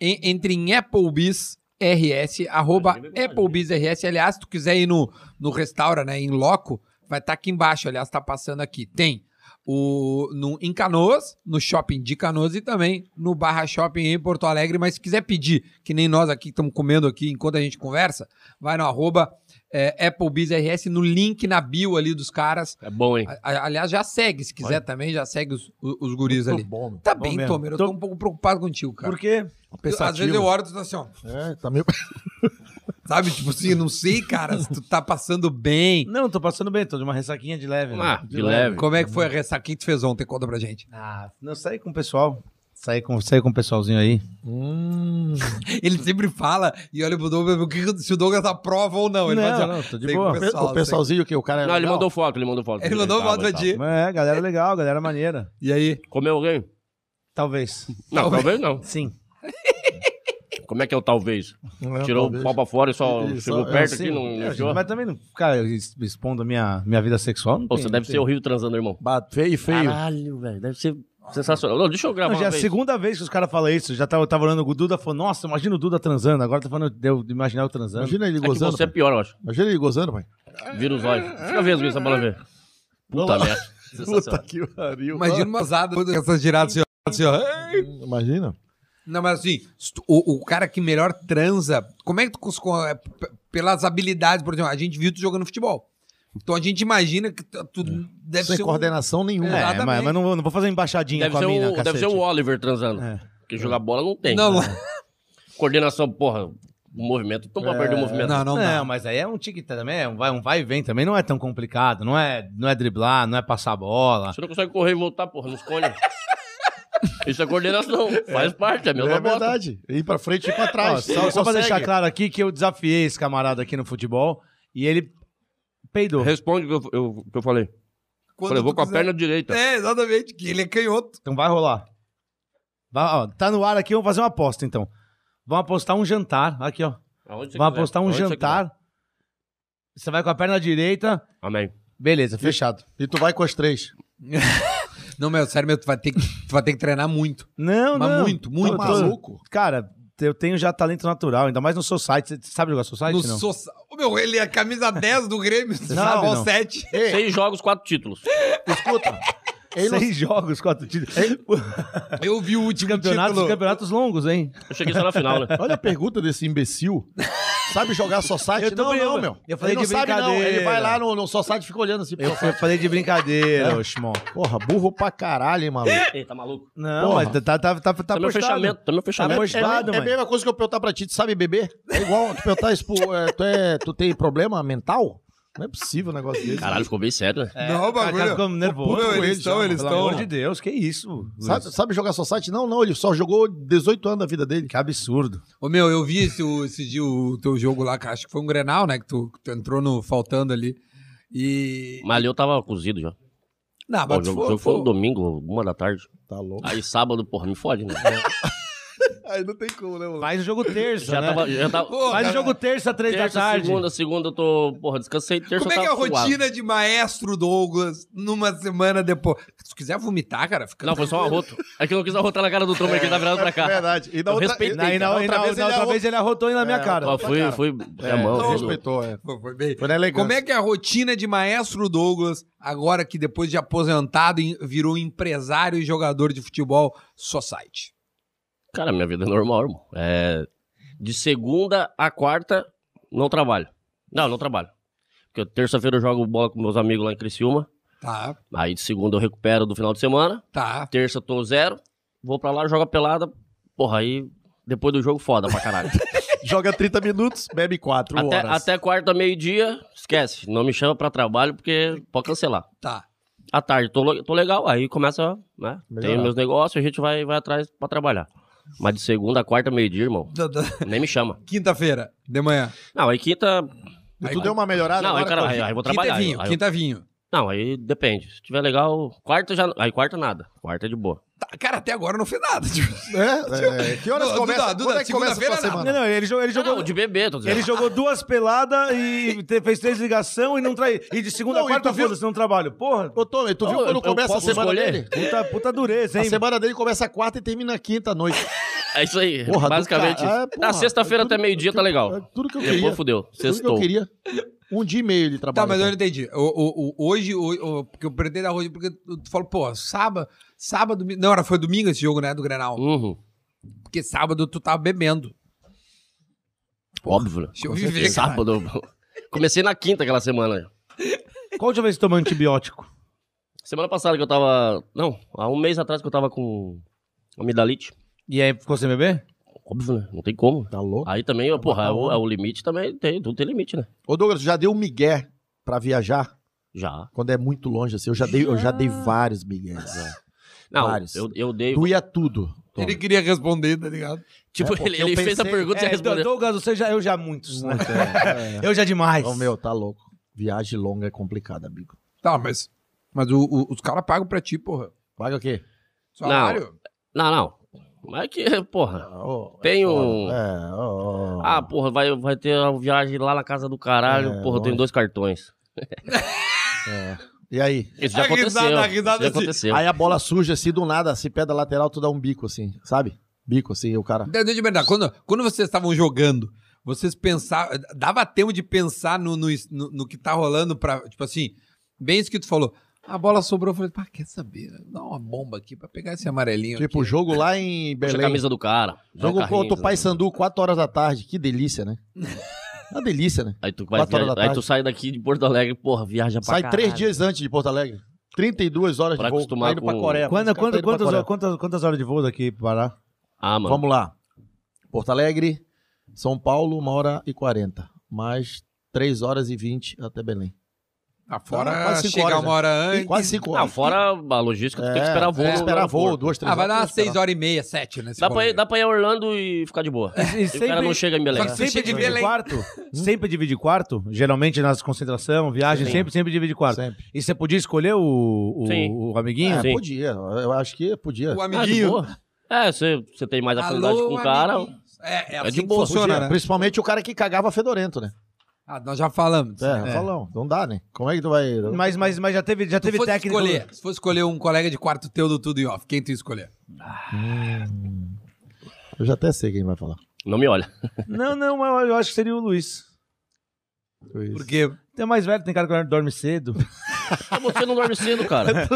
A: em- entre em Applebee's RS, arroba
C: Imagina, imagina.
A: Applebee's RS. Aliás, se tu quiser ir no, no restaura, né, em loco, vai estar aqui embaixo. Aliás, tá passando aqui. Tem o no, em Canoas, no shopping de Canoas e também no Barra Shopping em Porto Alegre. Mas se quiser pedir, que nem nós aqui que estamos comendo aqui enquanto a gente conversa, vai no arroba é, Applebee's RS, no link na bio ali dos caras.
C: É bom, hein?
A: A- a- aliás, já segue, se quiser também, já segue os, os, os guris ali.
B: bom, meu.
A: Tá
D: Bom
A: bem,
D: mesmo.
A: Tomer, eu tô...
D: Tô-
A: um pouco preocupado contigo, cara.
D: Por quê?
B: Pensativo.
A: Às vezes eu oro e tu tá assim, ó.
B: É, tá meio...
A: Sabe, tipo assim, eu não sei, cara, se tu tá passando bem.
D: Não, tô passando bem, tô de uma ressaquinha de
A: É,
D: leve. né?
C: Ah, de leve.
A: Como é que foi a ressaca? O que tu fez ontem? Conta pra gente.
D: Ah, não, saí com o pessoal. Saí com, saí com o pessoalzinho aí.
B: Hum,
A: Ele sempre fala e olha pro Douglas o que- se o Douglas aprova ou não. Ele fala assim, ó,
D: tô
A: sei com o pessoal.
B: o pessoalzinho que o cara é
C: Não, ele
B: legal?
C: mandou foto, ele mandou foto.
A: Ele mandou
C: Tava,
A: foto pra
C: tava.
A: ti.
D: É, galera legal, galera maneira.
A: E aí?
C: Comeu alguém?
D: Talvez.
C: Não, talvez não.
D: Sim.
C: Como é que é o talvez?
B: Não,
C: Tirou
B: É, talvez.
C: o pau pra fora e só
B: Ele
C: chegou
B: só-
C: perto
D: Sim.
C: aqui, não
D: É,
C: enfiou?
D: mas também não ficar es- expondo a minha, minha vida sexual. Não
C: Pô,
D: tem,
C: você
D: não
C: deve
D: tem.
C: ser horrível transando, irmão.
B: Ba- Feio, feio.
C: Caralho, velho. Deve ser sensacional. Não, deixa eu gravar
D: Não, já é
C: uma
D: a
C: vez.
D: segunda vez que os caras falam isso. Já tava, eu tava olhando com o Duda, falou, nossa, imagina o Duda transando. Agora tá falando de eu imaginar eu transando.
B: Imagina ele
C: É que
B: gozando.
C: você é
B: pai.
C: pior, eu acho.
B: Imagina ele gozando, pai.
C: Vira os olhos. Fica vendo isso, essa bola ver. Puta merda. Sensacional.
B: que pariu.
A: Imagina uma usada com essas giradas assim, ó, assim, ó.
B: Ah, Imagina.
A: Não, mas assim, se tu- o, o cara que melhor transa, como é que tu cons- com- é, p- pelas habilidades, por exemplo, a gente viu tu jogando futebol. Então a gente imagina que tu, tu
C: É.
A: deve
B: Sem
A: ser um-
B: coordenação
A: É.
B: nenhuma. É.
D: mas,
A: Exatamente.
D: mas não, vou, não vou fazer embaixadinha
C: Deve
D: com a
C: ser,
D: mina,
C: o, deve ser um o Oliver transando.
D: É.
C: Porque jogar bola não tem. né?
A: Não,
C: Coordenação, porra, o movimento. Então pra perder o movimento.
A: não, não,
D: Não,
A: não.
D: mas aí é um tique também, é um vai, um vai e vem também, não é tão complicado, não é, não é driblar, não é passar a bola.
C: Você não consegue correr e voltar, porra, nos cones. Isso é coordenação. Faz parte, é a mesma
B: É
C: bosta.
B: verdade. Ir pra frente e ir pra
D: Ó,
B: trás.
D: só só pra
B: Consegue.
D: deixar claro aqui que eu desafiei esse camarada aqui no futebol e ele peidou.
C: Responde o que eu, eu- o que eu falei.
A: Quando
C: falei, eu vou
A: tu
C: com a
A: quiser.
C: perna direita.
A: É, exatamente, que ele é canhoto.
D: Então vai rolar. Vai, ó, tá no ar aqui, vamos fazer uma aposta então. Vamos apostar um jantar, aqui ó.
C: Aonde você
D: Vamos
C: quiser.
D: apostar um
C: Aonde você
D: jantar. Você vai com a perna direita,
C: quiser. Amém.
D: beleza, fechado.
B: E tu vai com as três.
A: Não, meu, sério, meu, tu vai ter que, tu vai ter que treinar muito.
D: Não,
A: Mas
D: não.
A: muito, muito.
D: Tá maluco.
B: Maluco.
D: Cara, eu tenho já talento natural, ainda mais no Society. Você sabe jogar Society,
A: No
D: não?
A: Sosa- Ô, meu, ele é camisa 10 do Grêmio,
D: Não,
A: sabe,
D: não.
A: ao 7.
B: Ei,
C: Seis jogos, quatro títulos.
B: escuta. Ele não-
D: Seis jogos, quatro títulos.
A: Eu vi o último
D: Campeonatos,
A: título.
D: campeonatos longos, hein?
C: Eu cheguei só na final, né?
B: Olha a pergunta desse imbecil. Sabe jogar society?
D: Eu tô
B: É, não,
D: brincando.
B: não, meu.
D: Eu falei
B: ele
D: de
B: não sabe, não.
D: brincadeira.
B: Ele vai lá no, no society e fica olhando assim. pro
D: Eu,
B: society.
D: eu falei de brincadeira, ô Shimon.
B: Porra, burro pra caralho, hein, maluco.
C: Ei, tá maluco?
D: Não,
B: Porra.
D: mas tá, tá, tá, tá
C: Tá meu
D: postado.
C: fechamento, tá meu
D: Tá
C: fechamento.
D: postado.
B: É, é a
D: mãe.
B: mesma coisa que eu perguntar pra ti, tu sabe beber? É igual tu perguntar isso pro. é, tu, é, tu tem problema mental? Não é possível um negócio desse.
C: Caralho, ficou bem sério, né?
A: Não, o
D: Cara,
A: bagulho.
D: É, cara ficou nervoso.
A: Não,
D: com
A: eles
D: já,
A: estão, eles
D: pelo
A: estão.
D: amor de Deus, que isso?
B: Sabe, sabe jogar society? Não, não, ele só jogou 18 anos da vida dele.
D: Que absurdo.
A: Ô, meu, eu vi esse, o- esse dia o teu jogo lá, que acho que foi um Grenal, né, que tu, que tu entrou no faltando ali. E...
C: Mas ali eu tava cozido já.
A: Não,
C: Bom,
A: mas
C: o
A: tu
C: jogo,
A: foi-
C: o jogo foi um
A: foi-
C: no domingo, uma da tarde.
B: Tá louco.
C: Aí sábado, porra, me fode, né?
B: Aí não tem como, né, mano?
D: Faz o jogo terça,
C: Já
D: né?
C: tava. Já tava
A: Pô,
D: Faz o
A: cara,
D: jogo terça, três da
C: terça,
D: tarde.
C: segunda, segunda eu tô. Porra, descansei. Terça
A: Como é
C: eu
A: que é a
C: tava suado.
A: rotina de maestro Douglas numa semana depois? Se tu quiser vomitar, cara, fica.
C: Não, foi só um arroto. É que eu não quis arrotar na cara do Trump, é que ele tá virado pra cá.
B: Verdade. E da
C: Eu
B: outra,
C: respeitei,
D: Na, e na,
B: da
D: outra, vez, na
B: ele
D: outra
B: arrotou-
D: vez ele arrotou aí na minha cara.
C: Ó, fui, fui. É, a mão,
B: Não
C: fez o-
B: respeitou, é.
A: Foi, foi bem.
B: Foi na elegância.
A: Como é que é a rotina de maestro Douglas, agora que depois de aposentado em- virou empresário e jogador de futebol society?
C: Cara, minha vida é normal, irmão. É, de segunda a quarta, não trabalho. Não, não trabalho. Porque eu- terça-feira eu jogo bola com meus amigos lá em Criciúma.
A: Tá,
C: Aí de segunda eu recupero do final de semana.
A: tá.
C: Terça eu tô zero. Vou pra lá, jogo a pelada. Porra, aí depois do jogo foda pra caralho.
B: Joga 30 minutos, bebe 4
C: até,
B: horas.
C: até quarta, meio-dia, esquece. Não me chama pra trabalho porque pode cancelar.
A: Tá.
C: À tarde tô, le- tô legal, aí começa, né? Tem
B: Melhorar.
C: meus negócios, a gente vai, vai atrás pra trabalhar. Mas de segunda a quarta, meio-dia, irmão,
A: Da- da-
C: nem me chama.
A: Quinta-feira, de manhã.
C: Não, aí quinta,
B: E tu deu uma melhorada
C: Não, aí,
B: agora,
C: cara,
B: Covid?
C: aí, aí eu vou
A: Quinta
C: trabalhar.
A: é vinho,
C: aí, aí eu-
A: quinta é vinho.
C: Não, aí depende. Se tiver legal, quarta já. Aí quarta nada. Quarta é de boa.
A: Tá, cara, até agora eu não fiz nada. tipo.
B: É, é. Que horas
A: Não,
B: começa?
A: Duda,
B: Quando é
A: Duda,
B: que começa
A: segunda-feira
B: a tua
A: nada.
B: semana?
D: Não, não, ele jogou, ele
C: Não, é.
D: jogou,
C: Ah, de bebê, tô dizendo.
D: ele jogou duas peladas e te- fez três ligações e não traiu. E de segunda
B: Não,
D: a
B: e
D: quarta,
B: tu viu-
D: foda-se, não trabalho. Porra,
B: Ô, Tommy, tu viu
C: Eu-
B: quando
C: eu
B: começa a
C: posso
B: semana
C: escolher?
B: dele?
D: puta, puta dureza,
B: A
D: hein?
B: semana dele começa quarta e termina quinta à noite.
C: É isso aí.
B: Porra, do
C: basicamente.
B: cara-
C: isso.
B: é, porra,
C: Na
B: é
C: sexta-feira
B: tudo-
C: até meio-dia tá
B: É
C: legal.
B: tudo que eu
C: Depois
B: queria. É
C: fudeu.
B: Tudo que eu
C: Sextou.
B: queria. Um dia e meio de
A: Tá,
B: trabalho.
A: mas eu não
C: então.
A: entendi. O, o- o- hoje, o, o- porque eu pretendo a rotina, porque tu falou, pô, sábado, sábado, domingo- não, era, foi domingo esse jogo, né, do Grenal.
C: Uhum.
A: Porque sábado tu tava bebendo.
C: Óbvio. né?
A: Deixa eu viver, cara.
C: Sábado. Comecei na quinta aquela semana.
D: Qual a última vez que tomou antibiótico?
C: Semana passada que eu tava. Não, há um mês atrás que eu tava com amidalite.
D: E aí ficou sem beber?
C: Óbvio, né? Não tem como.
B: Tá louco?
C: Aí também, porra, é o, é o limite também tem, tudo tem limite, né?
B: Ô, Douglas, já deu um migué pra viajar?
C: Já.
B: Quando é muito longe, assim. Eu já dei, eu já dei vários migués.
C: Não,
B: Vários.
C: eu, eu dei.
B: Tu ia tudo. Tommy.
A: Ele queria responder, tá ligado?
C: Tipo,
B: É, porque
C: ele,
B: eu
C: ele fez
B: pensei-
C: a
B: então,
C: pergunta e
D: É,
C: respondeu.
D: Douglas, você já, eu já muitos, né?
B: Muito, é, é.
D: Eu já demais.
B: Ô, meu, tá louco. Viagem longa é complicada, amigo.
A: Tá, mas, mas o- o- os caras pagam pra ti, porra.
B: Paga o quê?
A: Salário?
C: Não, não. Mas é que, porra.
B: Ô,
C: Tem
B: é foda.
C: um-
B: É, ô, ô.
C: Ah, porra, vai, vai ter uma viagem lá na casa do caralho.
B: É,
C: porra, eu tenho
B: lógico.
C: dois cartões.
B: É. E aí?
C: Isso já
A: A
C: aconteceu.
A: risada, a risada
C: isso já
A: assim.
C: aconteceu.
B: Aí a bola surge assim do nada, assim, pé da lateral, tu dá um bico assim, sabe? Bico assim, e o cara.
A: Deixa eu te perguntar, quando, quando vocês estavam jogando, vocês pensavam. Dava tempo de pensar no, no, no- no que tá rolando pra. Tipo assim, bem isso que tu falou. A bola sobrou, eu falei, pá, quer saber? Dá uma bomba aqui pra pegar esse amarelinho.
B: Tipo,
A: aqui.
B: jogo lá em
C: Puxa a
B: Belém.
C: camisa do cara.
B: Jogo
C: Vai carrinho,
B: contra o Pai
C: né?
B: Sandu, 4 horas da tarde. Que delícia, né? Uma delícia, né?
C: Aí tu, vai
B: Quatro horas
C: viajar-
B: da
C: aí
B: tarde.
C: tu sai daqui de Porto Alegre, porra, viaja pra
B: Sai
C: caralho.
B: três dias antes de Porto Alegre. 32 horas
C: Pra
B: de voo.
C: acostumar
B: Tá indo pra
C: com-
B: Coreia.
D: Quando-
B: Os caras
D: quando-
B: tá indo pra
D: quantas,
B: Coreia.
D: horas- quantas- quantas horas de voo daqui para Pará?
C: Ah, mano.
B: Vamos lá. Porto Alegre, São Paulo, 1 hora e 40. Mais 3 horas e 20 até Belém. Não,
A: Afora
B: quase cinco
A: Ah, chegar
B: horas
A: uma
B: já.
A: hora
B: E
A: antes.
B: quase 5
C: Ah,
B: horas. É,
C: fora a logística, tu tem que esperar voo.
B: Tem que
C: no
B: esperar voo,
C: aeroporto.
B: duas, três
A: Ah, vai dar umas
B: tem que
A: 6 horas e meia, 7, né?
C: Dá pra, ir, dá pra ir a Orlando e ficar de boa.
B: É,
D: E- e
C: E o cara não chega em Belém.
A: Só que
D: Sempre
A: Chega de
D: divide
A: Belém.
D: quarto.
B: Hum?
D: sempre divide quarto. Geralmente nas concentração, viagem,
C: Sim.
D: sempre, sempre divide
B: esperar.
D: quarto.
B: Sempre.
D: E você podia escolher o, o-
C: Sim.
D: o amiguinho?
B: É,
C: Sim.
B: podia. Eu acho que podia.
A: O
C: Ah, de
A: amiguinho.
C: boa. É, você você tem mais afinidade
A: Alô,
C: com o cara.
A: amiguinho. É, é assim
C: de
A: que
C: boa,
A: funciona,
B: Podia,
A: né?
B: Principalmente o cara que cagava fedorento, né?
A: Ah, nós já falamos.
B: É,
D: É.
B: Falão, não dá, né? Como é que tu vai.
D: Mas, mas, mas já teve, já
A: Se
D: teve
A: fosse
D: técnico.
B: né?
A: escolher, se fosse escolher um colega de quarto teu do Tudo em Off, quem tu ia escolher?
B: Eu já até sei quem vai falar.
C: Não me olha.
D: Não, não, mas eu acho que seria o Luiz.
A: Porque
D: Tem mais velho, tem cara que dorme cedo.
C: É Você não dorme cedo, cara.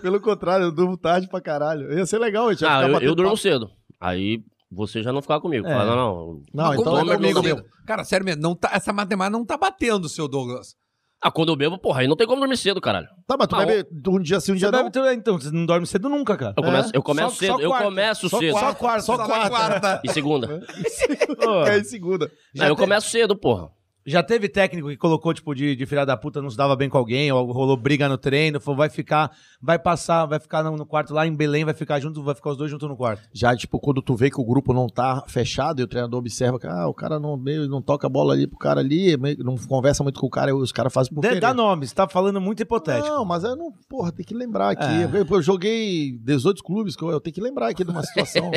B: Pelo contrário, eu durmo tarde pra caralho. Ia ser legal, gente. ia
C: Ah,
B: ficar
C: eu,
B: batendo
C: eu durmo
B: papo.
C: cedo. Aí você já não ficava comigo.
D: É.
C: Fala, não, não.
B: Não,
A: Mas como é
B: então.
A: tu
C: eu
A: dorme
C: não
A: cedo? Cara, sério mesmo, não tá- essa matemática não tá batendo, seu Douglas.
C: Ah, quando eu bebo, porra, aí não tem como dormir cedo, caralho.
B: Tá, mas tu
C: Ah,
B: bebe um dia sim, um dia
D: Você
B: não.
D: deve ter- então, você não dorme cedo nunca, cara.
C: Eu começo, eu começo
D: É. Só-
C: cedo.
D: só
C: eu
D: quarta.
C: começo
D: Só
C: cedo.
D: quarta.
B: quarta, só quarta.
A: tá
C: E segunda.
D: Ô,
B: É em segunda.
C: Aí eu começo cedo, porra.
D: Já teve técnico que colocou, tipo, de, de filha da puta, não se dava bem com alguém, ou rolou briga no treino, falou, vai ficar, vai passar, vai ficar no, no quarto lá em Belém, vai ficar junto, vai ficar os dois juntos no quarto.
B: Já, tipo, quando tu vê que o grupo não tá fechado e o treinador observa que ah, o cara não, meio, não toca a bola ali pro cara ali, é meio que não conversa muito com o cara, os caras fazem por
D: Dê-
B: querer.
D: Dá nomes, tá falando muito hipotético.
B: Não, mas eu não, porra, tem que lembrar aqui.
D: É.
B: Eu, eu joguei 18 clubes, que eu, eu tenho que lembrar aqui de uma situação.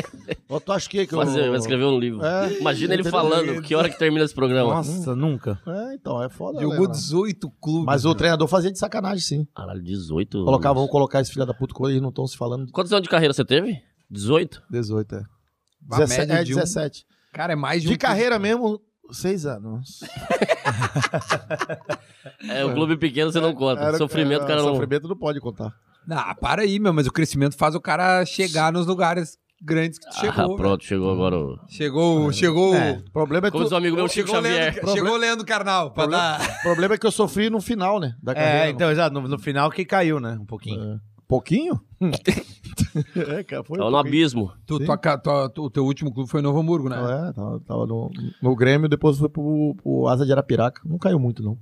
B: eu, tu acha que, que eu...
C: Fazer, vai escrever um livro.
B: É.
C: Imagina ele
B: Entendeu?
C: falando que hora que termina esse programa.
A: Hum.
D: Nossa, nunca.
B: É, então, é foda.
A: Jogou
B: lembrar.
A: 18 clubes.
B: Mas o treinador fazia de sacanagem, sim.
C: Caralho, 18.
B: Colocava, um vamos colocar esse filho da puta, quando eles não estão se falando.
C: Quantos anos de carreira você teve? 18?
B: 18, é.
A: A
B: 17,
A: média
B: é,
A: de um-
B: 17.
A: Cara, é mais de,
B: De
A: um-
B: carreira mesmo, seis anos.
C: É, o clube pequeno você não conta.
B: Era-
C: sofrimento,
B: era-
C: cara, não.
B: Sofrimento não pode contar.
A: Ah, para aí, meu, mas o crescimento faz o cara chegar nos lugares grandes que tu chegou. né?
C: ah,
A: velho.
C: pronto, chegou agora. o-
A: Chegou, o- chegou. o-
B: O problema é, tu-
C: Como diz um amigo meu, Chico
A: Chegou o
C: Xavier.
A: Leandro, chegou o Leandro Carnal pra
B: Problema-
A: dar.
B: o problema é que eu sofri no final, né? Da
A: Tá
B: carreira.
D: É, então, exato, no, no final que caiu, né, um pouquinho.
B: Pouquinho? é, cara, foi
C: É no abismo.
A: Tu, tua ca- tua- tu- o teu último clube foi Novo Hamburgo, né?
B: Não, é, tava, tava no, no Grêmio, depois foi pro, pro Asa de Arapiraca. Não caiu muito, não.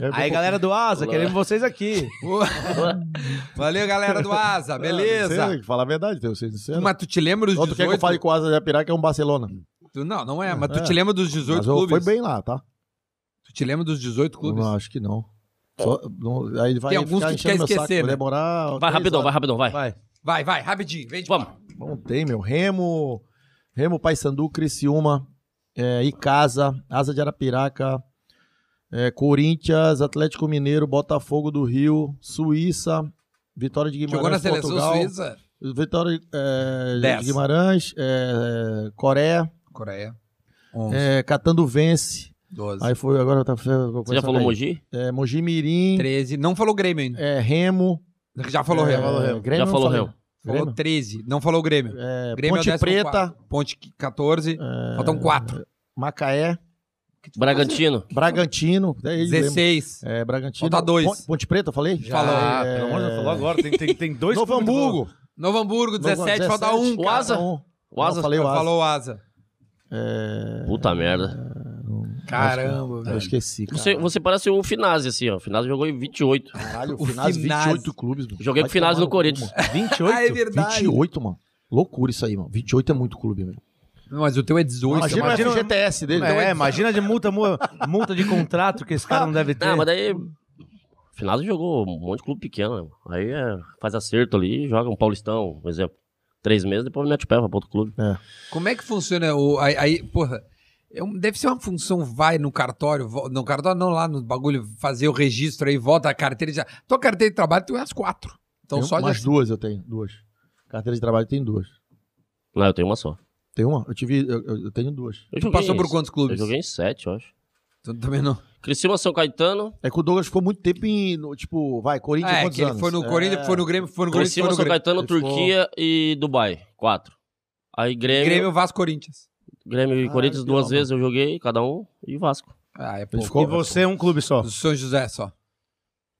B: É,
D: Aí, galera do Asa, queremos vocês aqui.
A: Boa. Valeu, galera do Asa, beleza?
B: Sério, Falar a verdade, tenho É, que ser sincero.
A: Mas tu te lembra dos
B: Ou Então, tu quer que eu
A: 18?
B: fale com o Asa de Arapiraca, é um Barcelona.
A: Tu- Não, não é, mas tu
B: É.
A: te lembra dos 18
B: Mas eu,
A: clubes?
B: foi bem lá, tá?
A: Tu te lembra dos 18 clubes?
B: Não, acho que não. Só- não- aí vai
A: Tem alguns
B: ficar
A: que tu
B: enchendo
A: quer
B: meu
A: esquecer,
B: vai
A: né?
B: demorar
C: Vai
B: três
C: rapidão, vai
B: horas.
C: rapidão, vai.
D: Vai.
A: Vai, vai, rapidinho, vem de
C: Vamos.
B: Não tem, meu. Remo, Remo Paysandu, Criciúma, é, Icasa, Asa de Arapiraca, é, Corinthians, Atlético Mineiro, Botafogo do Rio, Suíça, Vitória de Guimarães,
A: Jogou na seleção
B: Portugal,
A: suíça?
B: Vitória é,
A: Dez.
B: de Guimarães, é, Coreia,
A: Coreia. 11,
B: é, Catando Vence.
A: 12,
B: Aí foi agora. Tá,
C: Você já falou Mogi?
B: É, Mogi Mirim,
A: 13. Não falou Grêmio ainda.
B: é, Remo.
A: Já falou
B: é,
A: Remo.
B: Grêmio,
C: Já
B: não
C: falou
B: falei.
C: Remo.
A: Falou
B: Grêmio?
A: 13. Não falou Grêmio.
B: É,
A: Grêmio é o
B: Ponte
A: 14º.
B: Preta, É.
A: Ponte 14. Faltam 4.
B: Macaé,
C: Bragantino.
B: Bragantino. é, ele lembra.
A: 16.
B: É, Bragantino.
A: Falta dois.
B: Ponte, Ponte Preta, eu falei?
A: Já. Falou.
D: Ah, pelo amor de Deus, falou agora, tem, tem, tem dois...
B: É. Novo
D: clubes
B: Hamburgo.
A: Novo Hamburgo, 17.
B: Novo-
A: Falta 1.
C: O Asa?
B: Um.
C: O é,
B: Não,
C: Asa.
B: falei o Asa.
A: Falou Asa.
C: Puta merda.
A: Caramba,
B: Eu esqueci, cara.
C: Você, você parece o Finazzi, assim, ó. O Finazzi jogou em 28.
B: Caralho,
A: o
B: o Finazzi,
A: Finazzi.
B: 28 clubes. Mano.
C: Joguei com
B: Vai
C: o Finazzi
B: tomar
C: no
B: cu,
C: Corinthians.
B: mano.
D: 28?
A: Ah, é verdade.
B: 28, mano. Loucura isso aí, mano. 28 é muito clube, velho.
A: Mas o teu é 18.
B: Imagina,
D: imagina-
B: o FGTS dele.
D: É, imagina de multa, mu- multa de contrato que esse cara não deve ter.
C: Ah, mas daí. Finazzi jogou um monte de clube pequeno, né? Aí é, faz acerto ali, joga um Paulistão, por exemplo. Três meses, depois mete o pé pra outro clube.
A: Como é que funciona o. Aí, aí, porra. é um- deve ser uma função, vai no cartório, vo- no cartório não, lá no bagulho, fazer o registro aí, volta a carteira. Já, tua carteira de trabalho tem umas quatro. Então só
B: mais
A: de.
B: duas eu tenho, duas. Carteira de trabalho tem duas.
C: Não, eu tenho uma só.
B: Tem uma? Eu tive, eu, eu- eu tenho duas.
C: Eu
A: Tu
C: joguei
A: passou
C: em-
A: por quantos
C: Eu
A: clubes?
C: joguei em sete, eu acho.
A: Tu também não.
C: Criciúma, São Caetano.
B: É que o Douglas ficou muito tempo em, no, tipo, vai, Corinthians
A: Ah, é,
B: quantos
A: que ele
B: anos?
A: foi no
B: É.
A: Corinthians, foi no Grêmio, foi no Corinthians, foi
C: Criciúma,
A: no
C: São
A: Grêmio.
C: Caetano,
B: Ele
C: Turquia e Dubai. Quatro. Aí Grêmio, Grêmio,
A: Grêmio, Vasco, Corinthians.
C: e
B: Ah,
C: Corinthians
B: que
C: duas
B: legal,
C: vezes eu joguei, cada um, e Vasco.
A: Ah, é
B: Ele
A: pouco.
B: ficou,
D: E você é um clube só.
A: Do São José só.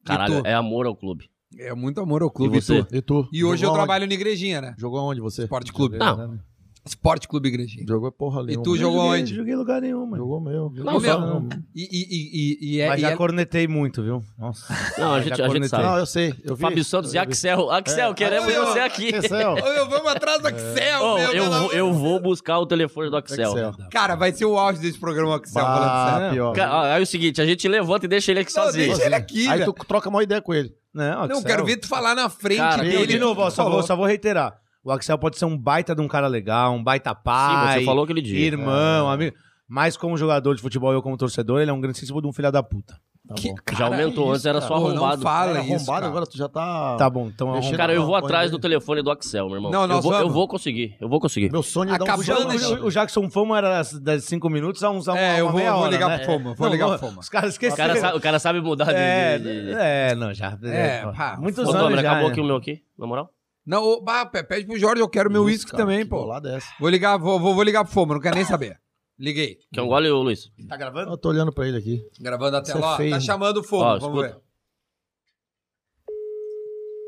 A: E
C: Caralho,
A: tu?
C: é amor ao clube.
A: É muito amor ao clube.
C: E você?
A: tu?
B: E tu?
A: E hoje
B: Jogou
A: eu
B: aonde?
A: trabalho na igrejinha, né?
B: Jogou aonde você?
A: Esporte Clube.
C: Não.
A: Esporte Clube Igrejinha.
B: Jogou porra
A: E
B: nenhuma.
A: tu jogou
D: joguei,
A: onde?
D: Joguei em lugar nenhum, mano.
B: Jogou meu.
A: Não, meu.
B: Não,
A: E, e, e, e, e, é,
D: Mas
A: e
D: já
A: é-
D: cornetei muito, viu? Nossa.
C: Não, a
D: Já
C: gente, a gente
D: cornetei.
C: sabe.
B: Não, eu sei. Ah, Eu vi.
C: Tá. Fábio Santos e Axel. Axel, queremos
A: Axel,
C: você aqui.
B: Excel.
A: Ô, meu, vamos atrás do Axel,
C: Ô,
A: É meu,
C: eu,
A: pelo
C: vou-
A: amor-
C: eu vou buscar o telefone do Axel.
B: Excel.
A: Cara, vai ser o auge desse programa, Axel, Tá falando sério.
B: Ah,
D: sério.
B: pior.
C: Ca- ó, Aí é o seguinte, a gente levanta e deixa ele aqui
A: Não,
C: sozinho.
A: deixa ele aqui,
B: Aí
A: velho.
B: tu troca uma ideia com ele.
D: Não,
A: Não,
D: Axel.
A: quero ver tu falar na frente
C: Cara,
A: dele.
D: Eu, de novo, ó, só
A: Por
D: vou,
A: favor.
D: só vou reiterar. O Axel pode ser um baita de um cara legal, um baita
C: Sim,
D: pai,
C: você falou aquele dia.
D: irmão, amigo. Mas como jogador de futebol e eu como torcedor, ele é um grandíssimo de um filho da puta.
B: Tá
A: Que
B: bom.
C: Já aumentou, antes era só
A: Pô, não
C: arrombado.
A: fala
B: Cara,
A: isso,
B: arrombado,
A: cara.
B: agora tu já tá...
D: Tá bom, então
B: Deixa
D: arruma.
C: Cara, eu
B: Não,
C: vou
B: põe
C: atrás
B: ele.
C: do telefone do Axel, meu irmão.
A: né? Não,
C: eu,
A: nós
C: vou, eu
A: vamos.
C: vou conseguir, eu vou conseguir.
B: Meu sonho é dar um
A: Acabando
B: soco
A: de-
B: nele.
D: O Jackson Foma era das- das 5 minutos a uns a
A: É,
D: uma-
A: eu
D: uma
A: vou-
D: meia
A: vou
D: hora,
A: ligar
D: né?
A: pro Foma, vou
D: Não,
A: ligar
D: não,
A: pro Foma.
D: Os caras
C: O cara,
D: esqueceram.
C: sabe, o cara sabe mudar de-
D: É,
C: de... de-
D: é, não, já.
A: É,
D: pô,
A: pá,
D: muitos
C: Ô,
D: anos
C: Dobra,
D: já,
C: acabou
D: né?
C: aqui o meu aqui, na moral?
A: Não, ô, bah, pe- pede pro Jorge, eu quero é meu
B: Isso,
A: uísque
B: cara,
A: também,
B: que
A: pô.
B: bolada é essa?
A: Vou ligar, vou, vou, vou ligar pro Foma, não quero nem saber. Liguei.
C: Quer um gole, ô, Luiz?
D: Tá gravando?
B: Eu tô olhando pra ele aqui.
A: Gravando a
B: Isso
A: tela,
B: é
A: ó,
B: feio,
A: tá
B: né?
A: chamando o
C: Ó,
A: Foma, vamos
C: escuta.
A: ver.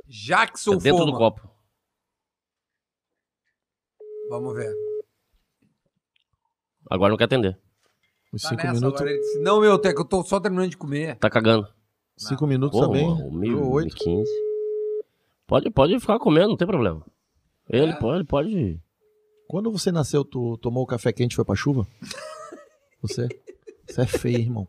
A: Jackson
C: Tá dentro
A: Foma.
C: do copo.
A: Vamos ver.
C: Agora não quer atender.
B: Os
A: Tá
B: cinco
A: nessa
B: minutos,
A: agora, ele disse, não, meu, Teco, eu tô só terminando de comer.
C: Tá cagando.
B: cinco minutos
C: Pô,
B: também.
C: mano, mil,
B: Ou
C: mil e
B: oito.
C: quinze. Pode, pode ficar comendo, não tem problema. Ele
A: É.
C: pode, pode.
B: Quando você nasceu, tu tomou o café quente e foi pra chuva? Você? Você é feio, irmão.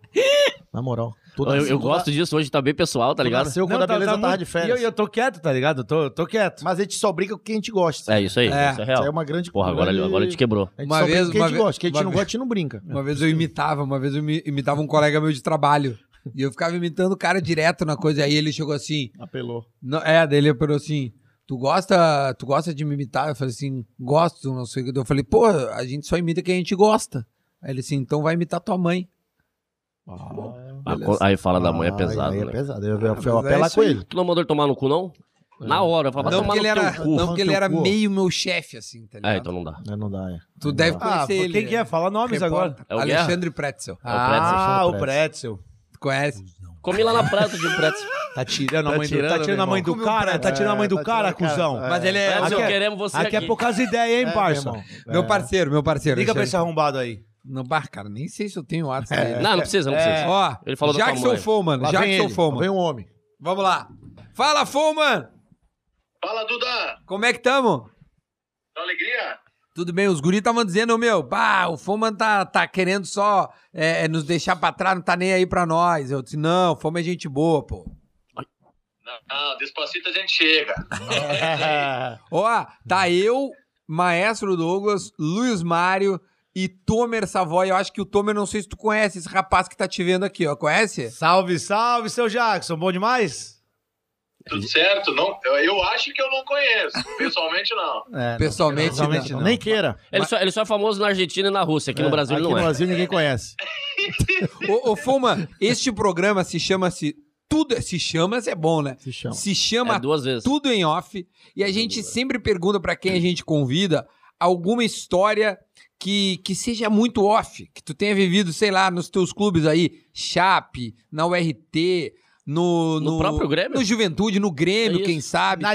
B: Na moral. Tu
C: Eu,
B: nasceu-
C: eu
B: tu
C: gosto disso, hoje tá bem pessoal, tá
B: tu
C: ligado?
B: Nasceu quando a beleza tava
D: muito-
B: de férias.
D: E eu, eu tô quieto, tá ligado? Eu tô, eu tô quieto.
B: Mas a gente só briga com quem a gente gosta.
C: É isso aí,
A: É.
C: isso é
B: Isso
C: real.
B: aí é uma grande...
C: Porra, agora,
B: grande...
C: agora te quebrou.
B: A gente
A: Uma
B: só
A: vez-
B: briga com quem a
A: uma
B: gente
A: ve-
B: gosta. Quem a
A: uma
B: gente não
A: ve-
B: gosta, a gente não brinca.
D: É
A: Uma vez eu imitava, uma vez eu imi- imitava um colega meu de trabalho. E eu ficava imitando o cara direto na coisa. Aí ele chegou assim.
B: Apelou.
A: Não, é, daí ele falou assim: tu gosta, tu gosta de me imitar? Eu falei assim, gosto, não sei o que. Eu falei, pô, a gente só imita quem a gente gosta. Aí ele assim, então vai imitar tua mãe.
C: Ah, co- Aí fala da mãe é
B: Ah,
C: pesado,
B: aí
C: né?
B: É pesado. Eu, eu, eu,
A: mas é
B: apelar
A: isso
B: com
A: aí.
B: ele.
C: Tu não mandou ele tomar no cu, não? Na hora, eu falava,
A: não
C: tomar
A: porque
C: no
A: ele
C: teu
A: era,
C: cu.
A: não porque ele
B: teu
A: era
B: cu.
A: meio meu chefe, assim, tá ligado?
C: É, então não dá.
B: É, Não dá, é.
A: tu
B: Não
A: deve
B: dá.
D: Ah,
A: conhecer ele.
D: quem que é? Fala nomes agora.
A: Repórter.
C: É o Guerra? É
A: Alexandre Pretzel. Ah,
C: o Pretzel.
D: Ah,
B: Chama
D: o Pretzel.
A: Tu conhece?
C: Comi lá na praia, de preto.
D: Tá tirando a
C: Tá
D: mãe do,
C: tirando,
D: tá tirando a
C: meu
D: mãe do
A: irmão.
D: cara, tá tirando a mãe
B: É,
D: do
B: tá
D: cara,
B: tirando o
D: cuzão.
B: cara,
A: Mas ele é. meu-
C: Mas eu
D: aqui é-
C: queremos você aqui.
D: Aqui é poucas ideias, hein,
B: É,
D: parça?
B: meu irmão.
A: Meu parceiro, meu parceiro.
D: Liga pra É. esse
A: Alexandre.
D: arrombado aí.
A: Não, bar, cara, nem sei se eu tenho o WhatsApp dele.
C: Não, não precisa, não precisa.
A: É, Ó,
C: Então, Ele falou da tua
A: Jackson
C: mãe.
A: Foman,
B: Lá vem
A: Jackson
B: ele, lá Vem
A: Foman.
B: um homem.
A: Vamos lá. Fala, Foman!
E: Fala, Duda!
A: Como é que tamo?
E: Dá alegria?
A: Tudo bem, os guris estavam dizendo, meu, bah, o Foman tá, tá querendo só é, nos deixar pra trás, não tá nem aí pra nós. Eu disse, não, o Foman é gente boa, pô.
E: Não, não, despacito a gente chega.
A: Ó, tá eu, Maestro Douglas, Luiz Mário e Tomer Savoy. Eu acho que o Tomer, não sei se tu conhece esse rapaz que tá te vendo aqui, ó. Conhece?
D: Salve, salve, seu Jackson. Bom demais?
E: Tudo certo? Não, eu, eu acho que eu não conheço. Pessoalmente, não.
D: É,
A: Pessoalmente,
D: pessoalmente
A: não.
D: não.
B: Nem queira.
C: Ele só, ele só é famoso na Argentina e na Rússia, aqui no
B: É,
C: Brasil ele
B: aqui
C: não
B: no
C: é.
B: Brasil ninguém conhece.
A: Ô, ô Fuma, este programa se chama-se Tudo. Se chama é bom, né?
B: Se chama.
A: Se chama
C: É duas vezes.
A: Tudo em Off. E a gente sempre pergunta pra quem a gente convida alguma história que, que seja muito off, que tu tenha vivido, sei lá, nos teus clubes aí, Chape, na URT, no,
C: No próprio Grêmio?
A: No Juventude, no Grêmio,
C: É isso.
A: quem sabe. Na,
D: Na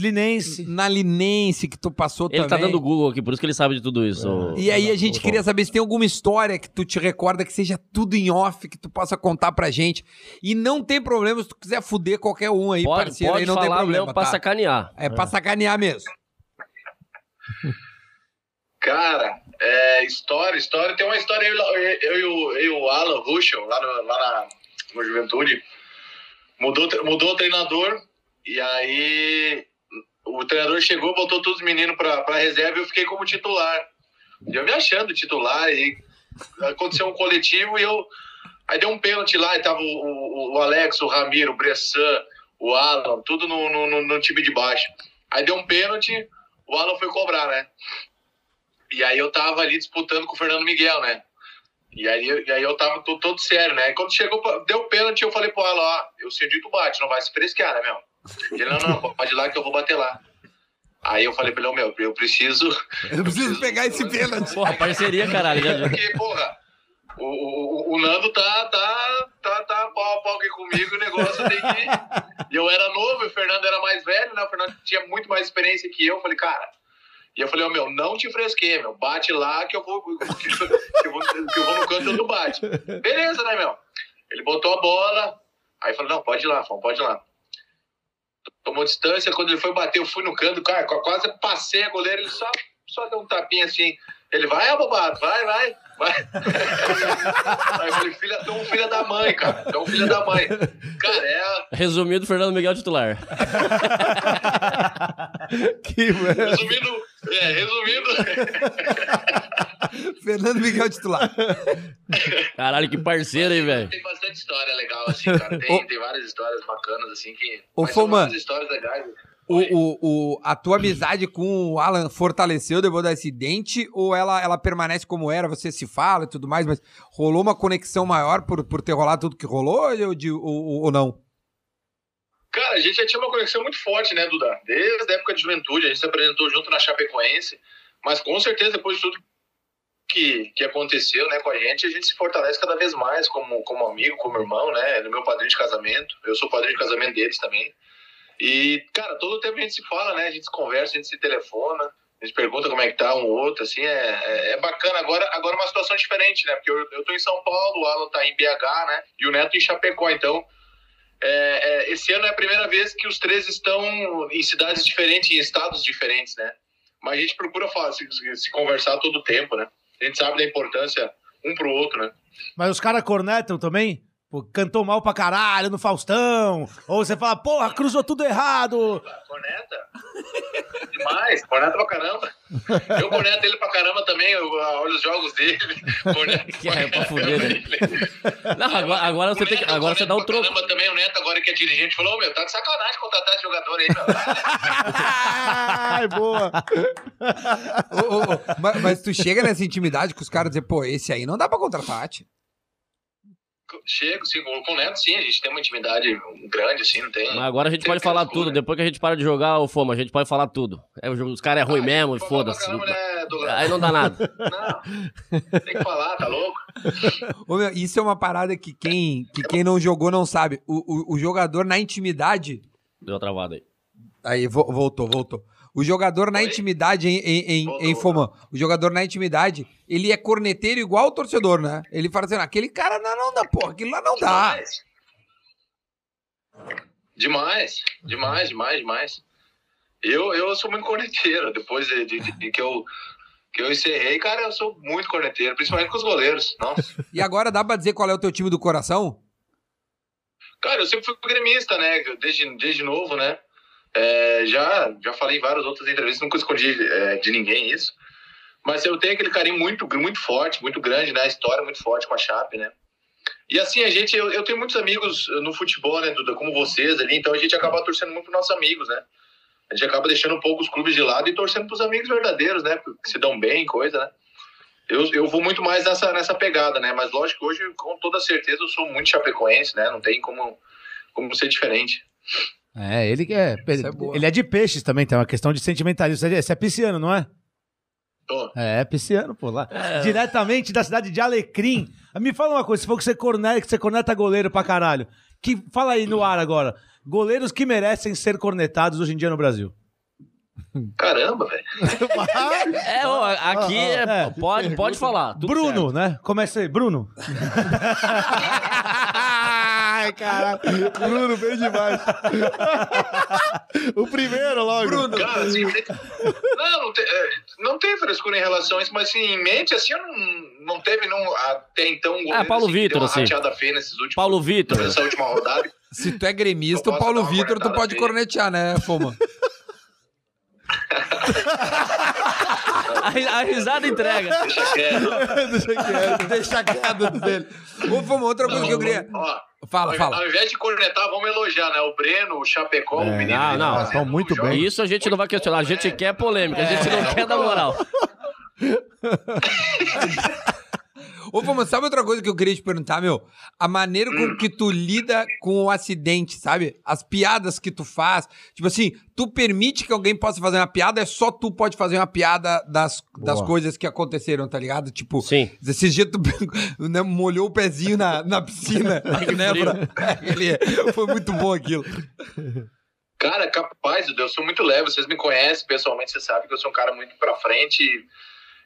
D: Linense.
A: Linense que tu passou
C: Ele
A: também. É.
C: tá dando Google aqui, por isso que ele sabe de tudo isso. ô-
A: E aí a
C: ô,
A: gente
C: Tom.
A: queria saber se tem alguma história que tu te recorda que seja tudo em off, que tu possa contar pra gente. E não tem problema se tu quiser fuder qualquer um aí,
C: Pode,
A: parceiro,
C: pode
A: aí não
C: falar
A: tem problema,
C: mesmo pra
A: tá?
C: sacanear.
A: É pra sacanear mesmo.
E: Cara, é, história, história. Tem uma história, eu, eu, eu, e o- eu e o Alan Ruschel, lá, no, lá na no Juventude, mudou, o tre- mudou o treinador, e aí o treinador chegou, botou todos os meninos pra, pra reserva e eu fiquei como titular. E eu me achando titular, e aconteceu um coletivo e eu. Aí deu um pênalti lá, e tava o, o- o Alex, o Ramiro, o Bressan, o Alan, tudo no, no, no- no time de baixo. Aí deu um pênalti, o Alan foi cobrar, né? E aí eu tava ali disputando com o Fernando Miguel, né? E aí, eu- e aí eu tava to- todo sério, né? E quando chegou, pra- deu pênalti, eu falei pro Alan, ó, eu cedi tu bate, não vai se fresquear, né, meu? Ele, não, não, pode ir lá que eu vou bater lá. Aí eu falei pra ele, ô, meu, eu preciso...
A: Eu preciso pegar esse pênalti.
C: Porra, parceria, caralho. né?
E: Porque, porra, o, o, o- o Nando tá, tá, tá, tá pau a pau aqui comigo, o negócio tem que. E eu era novo, e o Fernando era mais velho, né? O Fernando tinha muito mais experiência que eu. Eu falei, cara. E eu falei, ó, meu, não te fresquei, meu. Bate lá que eu vou. Que eu vou, que eu vou no canto do bate. Beleza, né, meu? Ele botou a bola. Aí eu falei, não, pode ir lá, Fão, pode ir lá. Tomou distância, quando ele foi bater, eu fui no canto, cara, quase passei a goleira, ele só, só deu um tapinha assim. Ele vai, abobado, vai, vai, vai. Aí eu falei, filha, tu é um filho da mãe, cara. Tu é um filho da mãe. Cara, é,
C: Resumido, Fernando Miguel titular.
B: Que, velho.
E: Resumindo, é, resumindo,
A: Fernando Miguel titular.
C: Caralho, que parceiro, hein, velho?
E: tem bastante história legal, assim, cara. Tem, tem várias histórias bacanas, assim, que.
A: Ô,
E: mas são
A: Fulman.
E: várias histórias legais.
A: O, o, o- a tua amizade com o Alan fortaleceu depois do acidente ou ela, ela permanece como era? Você se fala e tudo mais, mas rolou uma conexão maior por, por ter rolado tudo que rolou ou, de- ou- ou- ou não?
E: Cara, a gente já tinha uma conexão muito forte, né, Duda? Desde a época de juventude, a gente se apresentou junto na Chapecoense, mas com certeza depois de tudo que, que aconteceu, né, com a gente, a gente se fortalece cada vez mais como, como amigo, como irmão, né? Ele é meu padrinho de casamento, eu sou padrinho de casamento deles também. E, cara, todo tempo a gente se fala, né? A gente se conversa, a gente se telefona, a gente pergunta como é que tá um outro, assim, é, é, é bacana. Agora, agora é uma situação diferente, né? Porque eu, eu tô em São Paulo, o Alan tá em BH, né? E o Neto em Chapecó, então é, é, esse ano é a primeira vez que os três estão em cidades diferentes, em estados diferentes, né? Mas a gente procura falar, se, se conversar todo o tempo, né? A gente sabe da importância um pro outro, né?
D: Mas os caras cornetam também? Pô, cantou mal pra caralho no Faustão. Ou você fala, porra, cruzou tudo errado.
E: Corneta? Demais, corneta pra caramba. Eu corneto ele pra caramba também, eu ah, olho os jogos dele. Corneto
C: Que é pra fuder, né?
E: ele.
C: Não, agora, agora você tem que.
E: Neto,
C: Agora você dá o
E: pra
C: troco.
E: Caramba, também o Neto, agora que é dirigente, falou: "Ô, meu, tá de sacanagem contratar esse jogador aí, meu.
B: Ai, boa.
A: Ô, ô, ô, mas, mas tu chega nessa intimidade com os caras e dizer, pô, esse aí não dá pra contratar, tio.
E: Chego, sim, com o Neto, sim, a gente tem uma intimidade grande, assim, não tem.
C: Mas agora a gente pode falar tudo. Depois que a gente para de jogar, ô Foma, a gente pode falar tudo. É, o jogo- os caras é ruim mesmo, e
E: Falar pra
C: foda-se.
E: Ah, caramba, né, Douglas?
C: Aí não dá nada.
E: Não, tem que falar, tá louco?
A: Ô, meu, isso é uma parada que quem, que quem não jogou não sabe. O, o, o jogador na intimidade.
C: Deu uma travada aí.
A: Aí, vo- voltou, voltou. O jogador na
E: Oi?
A: intimidade, em, em, em,
E: Voltou,
A: em Fomã, o jogador na intimidade, ele é corneteiro igual o torcedor, né? Ele fala assim: "Ah, aquele cara não, não dá, porra, aquilo lá não
C: Tá.
A: dá.
E: Demais. Demais, demais, demais, demais. Eu, eu sou muito corneteiro. Depois de, de- de que, eu, que eu encerrei, cara, eu sou muito corneteiro, principalmente com os goleiros. Nossa.
A: E agora dá pra dizer qual é o teu time do coração?
E: Cara, eu sempre fui gremista, né? Desde, desde novo, né? É, já, já falei em várias outras entrevistas, nunca escondi é, de ninguém isso. Mas eu tenho aquele carinho muito, muito forte, muito grande, né? A história muito forte com a Chape, né? E assim, a gente, eu, eu tenho muitos amigos no futebol, né, Duda, como vocês ali, então a gente acaba torcendo muito pros nossos amigos, né? A gente acaba deixando um pouco os clubes de lado e torcendo pros amigos verdadeiros, né? Que se dão bem, coisa, né? Eu, eu vou muito mais nessa, nessa pegada, né? Mas lógico que hoje, com toda certeza, eu sou muito chapecoense, né? Não tem como, como ser diferente.
D: É, ele que é.
A: é boa.
D: ele é de peixes também, tem uma questão de sentimentalismo. Você é- Você é pisciano, não é?
E: Tô.
D: É, pisciano, pô, lá.
C: É.
D: Diretamente da cidade de Alecrim. Me fala uma coisa, se for que você corneta, que você corneta goleiro pra caralho. Que, fala aí no ar agora. Goleiros que merecem ser cornetados hoje em dia no Brasil.
E: Caramba, velho.
C: É, ó,
E: Ah,
C: aqui é-
D: É,
C: pode, pode falar. tudo certo.
D: Bruno, né? Começa aí, Bruno.
B: Ai, caralho. Bruno, bem demais. o primeiro logo. Bruno.
E: Cara, assim, não, não, te- é, não tem frescura em relação a isso, mas assim, em mente, assim, eu não, não teve não, até então um goleiro,
C: Paulo
E: assim, que
C: Vitor,
E: deu uma
C: assim.
E: rateada feia nesses últimos,
C: Paulo Vitor.
E: nessa última rodada.
A: Se tu é gremista,
E: Eu
A: o
E: posso
A: Paulo
E: dar uma
A: Vitor, tu
E: cornetada
A: pode
E: dele.
A: cornetear, né, Fomã?
C: A, ri- a risada entrega.
E: Deixa quieto.
B: Deixa quieto. Deixa quieto dele.
A: Ô, Fomã, outra coisa que eu queria.
E: Ó,
A: Fala,
E: ao-
A: fala.
E: Ao invés de cornetar, vamos elogiar, né? O Breno, o Chapecó, o menino.
C: não,
E: ele
C: não,
E: tá fazendo
B: tão muito
E: um jogo-
B: bem.
C: Isso a gente não vai questionar. A gente quer polêmica, a gente não quer dar moral.
A: Ô, Fomã, sabe outra coisa que eu queria te perguntar, meu? A maneira com que tu lida com o acidente, sabe? As piadas que tu faz. Tipo assim, tu permite que alguém possa fazer uma piada, é só tu pode fazer uma piada das, das
B: Boa.
A: coisas que aconteceram, tá ligado? Tipo,
C: Sim.
A: esses dias tu né, molhou o pezinho na, na piscina. né,
C: frio.
A: pra- Ele- é, foi muito bom aquilo.
E: Cara, capaz, Dudu, eu sou muito leve, vocês me conhecem pessoalmente, vocês sabem que eu sou um cara muito pra frente e,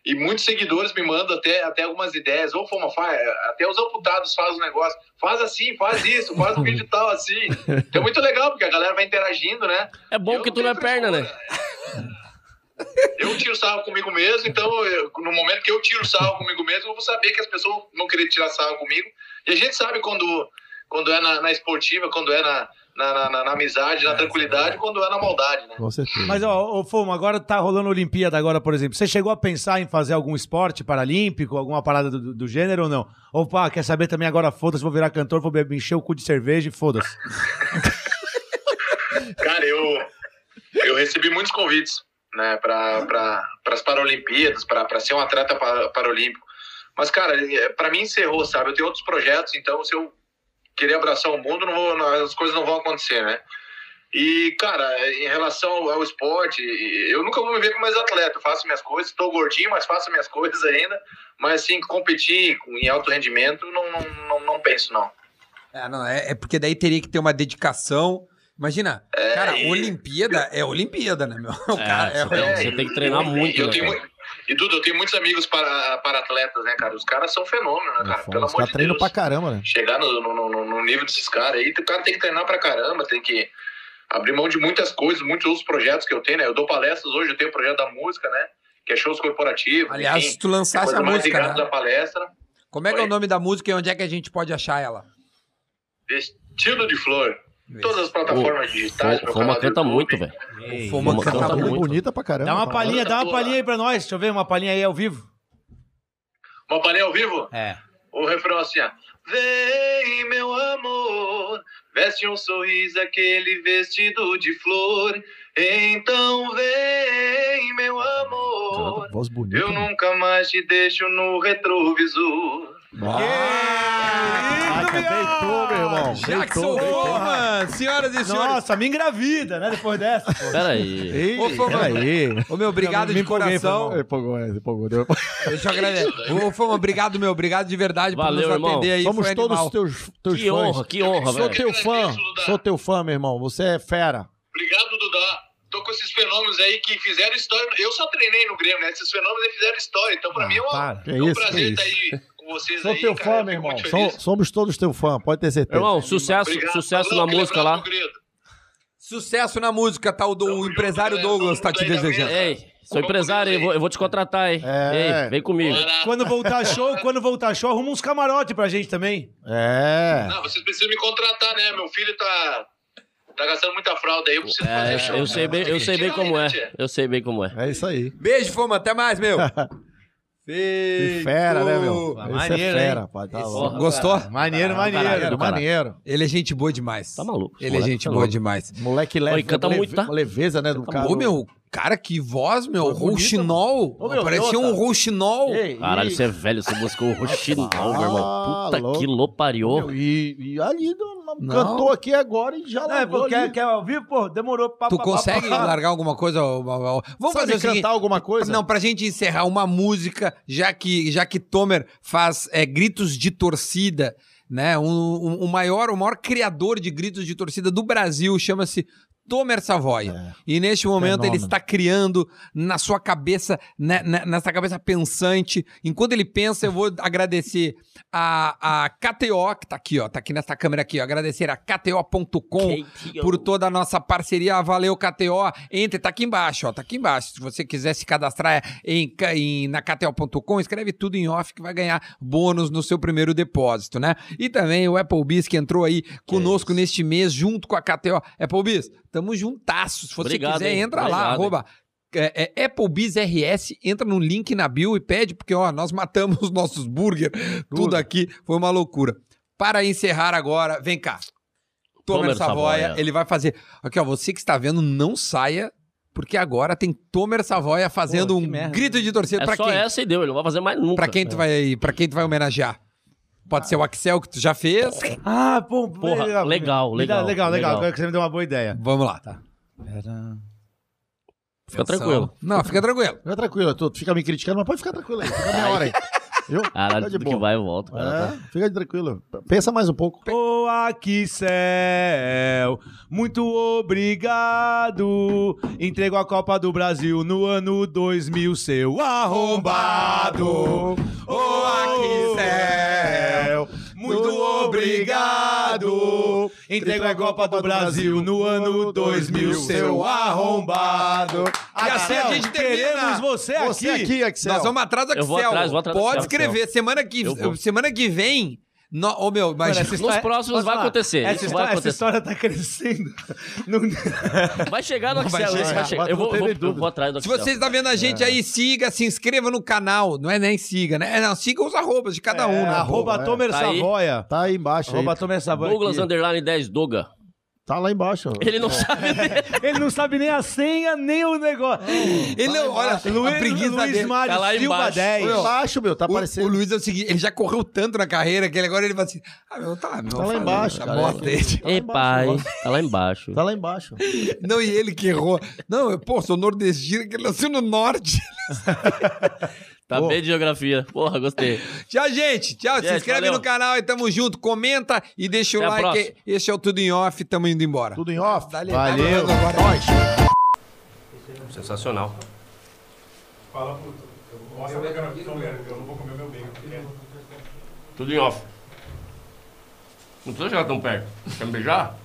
E: e muitos seguidores me mandam até, até algumas ideias. Ou forma, faz, até os amputados fazem o negócio, faz assim, faz isso, faz um vídeo tal assim. Então é muito legal, porque a galera vai interagindo, né?
C: É bom
E: Eu
C: que tu não é
E: tenho
C: perna, né?
E: frescura. Eu tiro sarro comigo mesmo, então eu- no momento que eu tiro sarro comigo mesmo, eu vou saber que as pessoas vão querer tirar sarro comigo. E a gente sabe quando, quando é na, na esportiva, quando é na, na, na- na- na amizade, na tranquilidade, quando é na maldade, né?
B: Com certeza.
D: Mas, ó, ô Fumo, agora tá rolando a Olimpíada agora, por exemplo. Você chegou a pensar em fazer algum esporte paralímpico, alguma parada do, do gênero ou não? Ou, pá, quer saber também agora, foda-se, vou virar cantor, vou beber, encher o cu de cerveja e foda-se.
E: Cara, eu, eu recebi muitos convites, né, para pra, as Paralimpíadas, para ser um atleta pa- paralímpico. Mas, cara, para mim encerrou, sabe? Eu tenho outros projetos, então se eu querer abraçar o mundo, não vou, não- as coisas não vão acontecer, né? E, cara, em relação ao, ao esporte, eu nunca vou me ver como mais atleta. Eu faço minhas coisas, estou gordinho, mas faço minhas coisas ainda. Mas, assim, competir com- em alto rendimento, não, não, não, não penso, não.
A: É, não, é, é porque daí teria que ter uma dedicação. Imagina, cara,
E: e-
A: Olimpíada é Olimpíada, né, meu? O cara,
C: você tem-
A: é,
E: É,
C: tem que
E: e-
C: treinar
E: e-
C: muito,
E: Eu
C: né,
E: tenho,
C: cara?
E: mui- e Duda, eu tenho muitos amigos para, para atletas, né, cara? Os caras são fenômeno,
C: É
E: né, cara?
B: Foda,
E: Pelo
B: Os
E: amor
B: caras
E: de
B: treinam
E: Deus.
B: pra caramba, né?
E: Chegar no, no, no- no nível desses caras aí, o cara tem que treinar pra caramba, tem que abrir mão de muitas coisas, muitos outros projetos que eu tenho, né? Eu dou palestras hoje, eu tenho o projeto da música, né? Que é shows corporativos.
A: aliás, se
E: enfim,
A: tu lançasse
E: coisa
A: a
E: mais
A: música,
E: ligada
A: né?
E: da palestra.
A: Como é que é o
E: Oi.
A: nome da música e onde é que a gente pode achar ela?
E: Vestido de flor. Todas as plataformas digitais.
C: Fo-
E: meu
C: Foma
E: canal do
C: canta
E: tá YouTube.
C: muito, velho.
A: O
C: Foma
A: Foma canta
C: canta
A: muito.
B: tá Muito.
C: muito.
B: Bonita pra caramba.
D: Dá uma
B: pra
D: palhinha, dá uma
E: Boa.
D: palhinha aí pra nós. Deixa eu ver uma palhinha aí ao vivo.
E: Uma palhinha ao vivo?
D: É.
E: O refrão assim, ó. Vem, meu amor, veste um sorriso aquele vestido de flor. Então vem, meu amor,
B: caramba. Voz bonita.
E: eu
B: mano.
E: nunca mais te deixo no retrovisor.
B: Caraca, deitou, meu irmão.
A: Jackson
B: Deitou, deitou.
A: Roman, senhoras e senhores.
D: Nossa, me engravida, né? Depois dessa.
C: Pera aí.
B: Ei,
A: Ô, Fofão.
B: peraí.
A: Ô, meu, obrigado
D: Me
A: de
D: empolguei, foi
A: coração.
D: mal.
B: Empolgou, é, empolgou. Deu-
A: Deixa eu agradecer. Ô, Fama, obrigado, meu. Obrigado de verdade
C: Valeu,
A: por nos
C: irmão.
A: atender aí.
B: Somos
A: foi
B: todos
A: animal.
B: teus,
E: é
B: teus
E: um
C: Que
B: fãs.
C: honra, que honra,
B: Sou
C: velho.
B: teu fã,
E: Agradeço, Dudá.
B: sou teu fã, meu irmão. Você é fera.
E: Obrigado, Dudá. Tô com esses fenômenos aí que fizeram história. Eu só treinei no Grêmio, né? Esses fenômenos aí fizeram história. Então, pra mim, é um,
D: para.
B: Que
E: é um
B: isso, que
E: prazer estar
B: isso.
E: aí com vocês
B: Sou
E: aí,
B: teu
E: cara.
B: fã,
E: Eu
B: meu
E: fico
B: irmão.
E: muito
B: Som-
E: feliz.
B: somos todos teu fã, pode ter certeza.
C: Irmão, sucesso,
E: Obrigado,
C: sucesso
E: Dudu,
C: na
E: aquele
C: música
E: abraço
C: lá.
E: do Grêmio.
A: Sucesso na música, tá? O, do- o
E: Tamo junto,
A: empresário
E: galera.
A: Douglas tá
E: Tamo
A: te
E: junto aí na
A: desejando.
E: mesa.
C: Ei, sou empresário, eu vou, eu vou te contratar, hein?
B: É.
C: Ei, vem comigo.
E: Bora.
D: Quando voltar show, quando voltar show, arruma uns camarote pra gente também.
B: É.
E: Ah, vocês precisam me contratar, né? Meu filho tá, tá gastando muita fralda aí, eu preciso fazer
C: É,
E: show. né?
C: eu, eu sei bem, eu sei bem como é. Eu sei bem como é.
B: É isso aí.
A: Beijo, Fama. Até mais, meu. Feito.
B: Que fera, né, meu?
D: Ah,
B: Esse
D: maneiro,
B: é fera, pai. Tá
C: Esse-
B: louco.
A: Gostou?
D: Maneiro,
C: caralho.
D: maneiro.
C: do caralho.
B: maneiro.
A: Ele é gente boa demais.
C: Tá maluco.
A: Ele é
C: moleque,
A: gente
C: tá
A: boa
C: louco.
A: demais.
B: Moleque leve.
C: Oi, canta
B: leve-
C: muito, tá?
B: Uma leveza, né, do cara.
A: Ô, meu, cara, que voz, meu.
B: Tá bonito,
A: Rouxinol.
B: Ô, meu,
A: Parecia um
B: outra.
A: rouxinol.
B: Ei,
C: Caralho,
B: e-
C: você é velho, você buscou o roxinol, meu irmão. Puta
B: louco.
C: que lopariou.
B: meu, E, e ali, do-
A: Não.
B: cantou aqui agora e já
D: Não, é,
B: largou
D: pô, quer,
B: ali.
D: quer ao vivo? Pô, demorou. Pá,
A: Tu
D: pá, pá,
A: consegue
D: pá, pá.
A: largar alguma coisa? Ô, ô, ô? Vamos fazer
B: Sabe
A: o
B: cantar
A: seguinte.
B: alguma coisa?
A: Não, pra gente encerrar uma música, já que, já que Tomer faz é, gritos de torcida, né? Um, um- o maior, o maior criador de gritos de torcida do Brasil chama-se Tomer Savoy.
B: É.
A: E neste momento
B: Fenômeno.
A: ele está criando na sua cabeça, né, né, nessa cabeça pensante. Enquanto ele pensa, eu vou agradecer a, a KTO, que tá aqui, ó, tá aqui nessa câmera aqui, ó. Agradecer a KTO.com por toda a nossa parceria. Valeu, KTO. Entre, tá aqui embaixo, ó, tá aqui embaixo. Se você quiser se cadastrar em, ca- em- na KTO.com, escreve tudo em off que vai ganhar bônus no seu primeiro depósito, né? E também o Applebee's que entrou aí conosco neste mês, junto com a KTO. Applebee's, tamo juntasso. Se você
C: Obrigado,
A: quiser,
C: hein?
A: entra lá,
C: Obrigado, hein?
A: arroba. É, é, Applebee's RS, entra no link na bio e pede, porque ó, nós matamos os nossos burger, tudo,
B: Tudo.
A: aqui, foi uma loucura. Para encerrar agora, vem cá. Tomer
C: Tomer
A: Savoia,
C: Savoia.
A: ele vai fazer. Aqui, ó, você que está vendo, não saia, porque agora tem Tomer Savoia fazendo
D: Pô, que
A: um
D: merda.
A: grito de torcida
C: É
A: para
C: só
A: quem?
C: essa É. e deu, ele não vai fazer mais nunca.
A: Para quem tu vai, para quem tu vai homenagear? Pode ser o Axel que tu já fez.
D: Ah, pô,
C: Porra, legal,
D: Me dá-
C: legal,
D: Legal, legal.
C: legal.
D: Agora que você me deu uma boa ideia.
A: Vamos lá, tá.
D: é-
C: Fica
A: Atenção.
C: tranquilo.
A: Não, fica tranquilo.
B: Fica tranquilo, tu fica me criticando, mas pode ficar tranquilo aí. Fica a minha hora aí. Viu?
C: Caralho,
B: Fica Tá de
C: tudo que
B: boa.
C: vai e volta. cara, tá-
B: É, fica tranquilo. Pensa mais um pouco.
D: Ô, aqui céu, muito obrigado. Entrego a Copa do Brasil no ano 2000, seu arrombado. Ô, aqui céu, muito obrigado. Entrego a Copa do Brasil no ano 2000, seu arrombado.
A: E assim a gente termina.
D: queremos você é aqui.
B: Você aqui, Axel.
A: Nós vamos atrás do
C: Eu vou
A: Axel.
C: atrás, vou atrás do
A: Pode
C: Axel.
A: escrever semana que
C: Eu vou.
A: semana que vem No, ô, meu,
D: Mano,
A: mas.
D: essa
C: Nos próximos
D: Posso
C: vai
D: falar?
C: acontecer.
D: Essa,
C: isso vai
D: história, essa
C: acontecer.
D: história tá crescendo. Não-
C: Vai chegar no
A: Não vai
C: Axel. isso
A: chegar,
C: vai chegar.
B: mas
C: Eu
B: não
C: vou,
B: tem
C: vou-
B: nem dúvida.
C: eu vou atrás do
A: Se
C: Axel.
A: você está vendo a
B: É.
A: gente aí, siga, se inscreva no canal. Não é nem siga, né? É, não, siga os arrobas de cada um,
D: É,
A: né?
D: arroba
B: pô, é.
D: Tomer
C: Tá aí.
D: Savoia.
B: Tá aí embaixo aí.
D: Arroba Tomer Savoia.
C: Douglas
D: aqui.
C: Underline 10 Doga.
B: Tá lá embaixo. ó.
C: Ele não sabe.
D: Ele não sabe nem a senha, nem o negócio.
A: Ele, não- olha, a preguiça
D: Luiz
A: dele.
D: Mário
C: Tá lá
D: Silva
C: embaixo.
D: 10.
B: Tá embaixo, meu. Tá
A: O- O,
B: aparecendo.
A: Luiz é o seguinte, ele já correu tanto na carreira que ele agora ele vai assim. Ah, meu, tá, meu,
B: Tá lá
A: fala,
B: embaixo,
A: essa
B: cara.
A: bosta aí.
B: Tá lá
C: Ei,
B: embaixo,
C: pai.
B: ó.
C: Tá lá embaixo.
B: Tá lá embaixo.
A: Não, e ele que errou. Não, eu, pô, sou nordestino, que ele nasceu no norte.
C: Tá
B: Pô.
C: bem de geografia. Porra, gostei.
A: Tchau, gente. Tchau. Se
C: Gente,
A: inscreve
C: valeu.
A: no canal e tamo junto. Comenta e deixa o
C: Até a
A: like.
C: próxima.
A: Esse é o Tudo em Off. Tamo indo embora.
B: Tudo em off.
A: Dá-lhe-
B: Valeu.
A: dá-lhe agora.
B: Nós.
C: Sensacional. Fala, puta. Mostra minha gravação, velho, eu não vou comer meu bacon. Tudo em off. Não precisa chegar tão perto. Quer me beijar?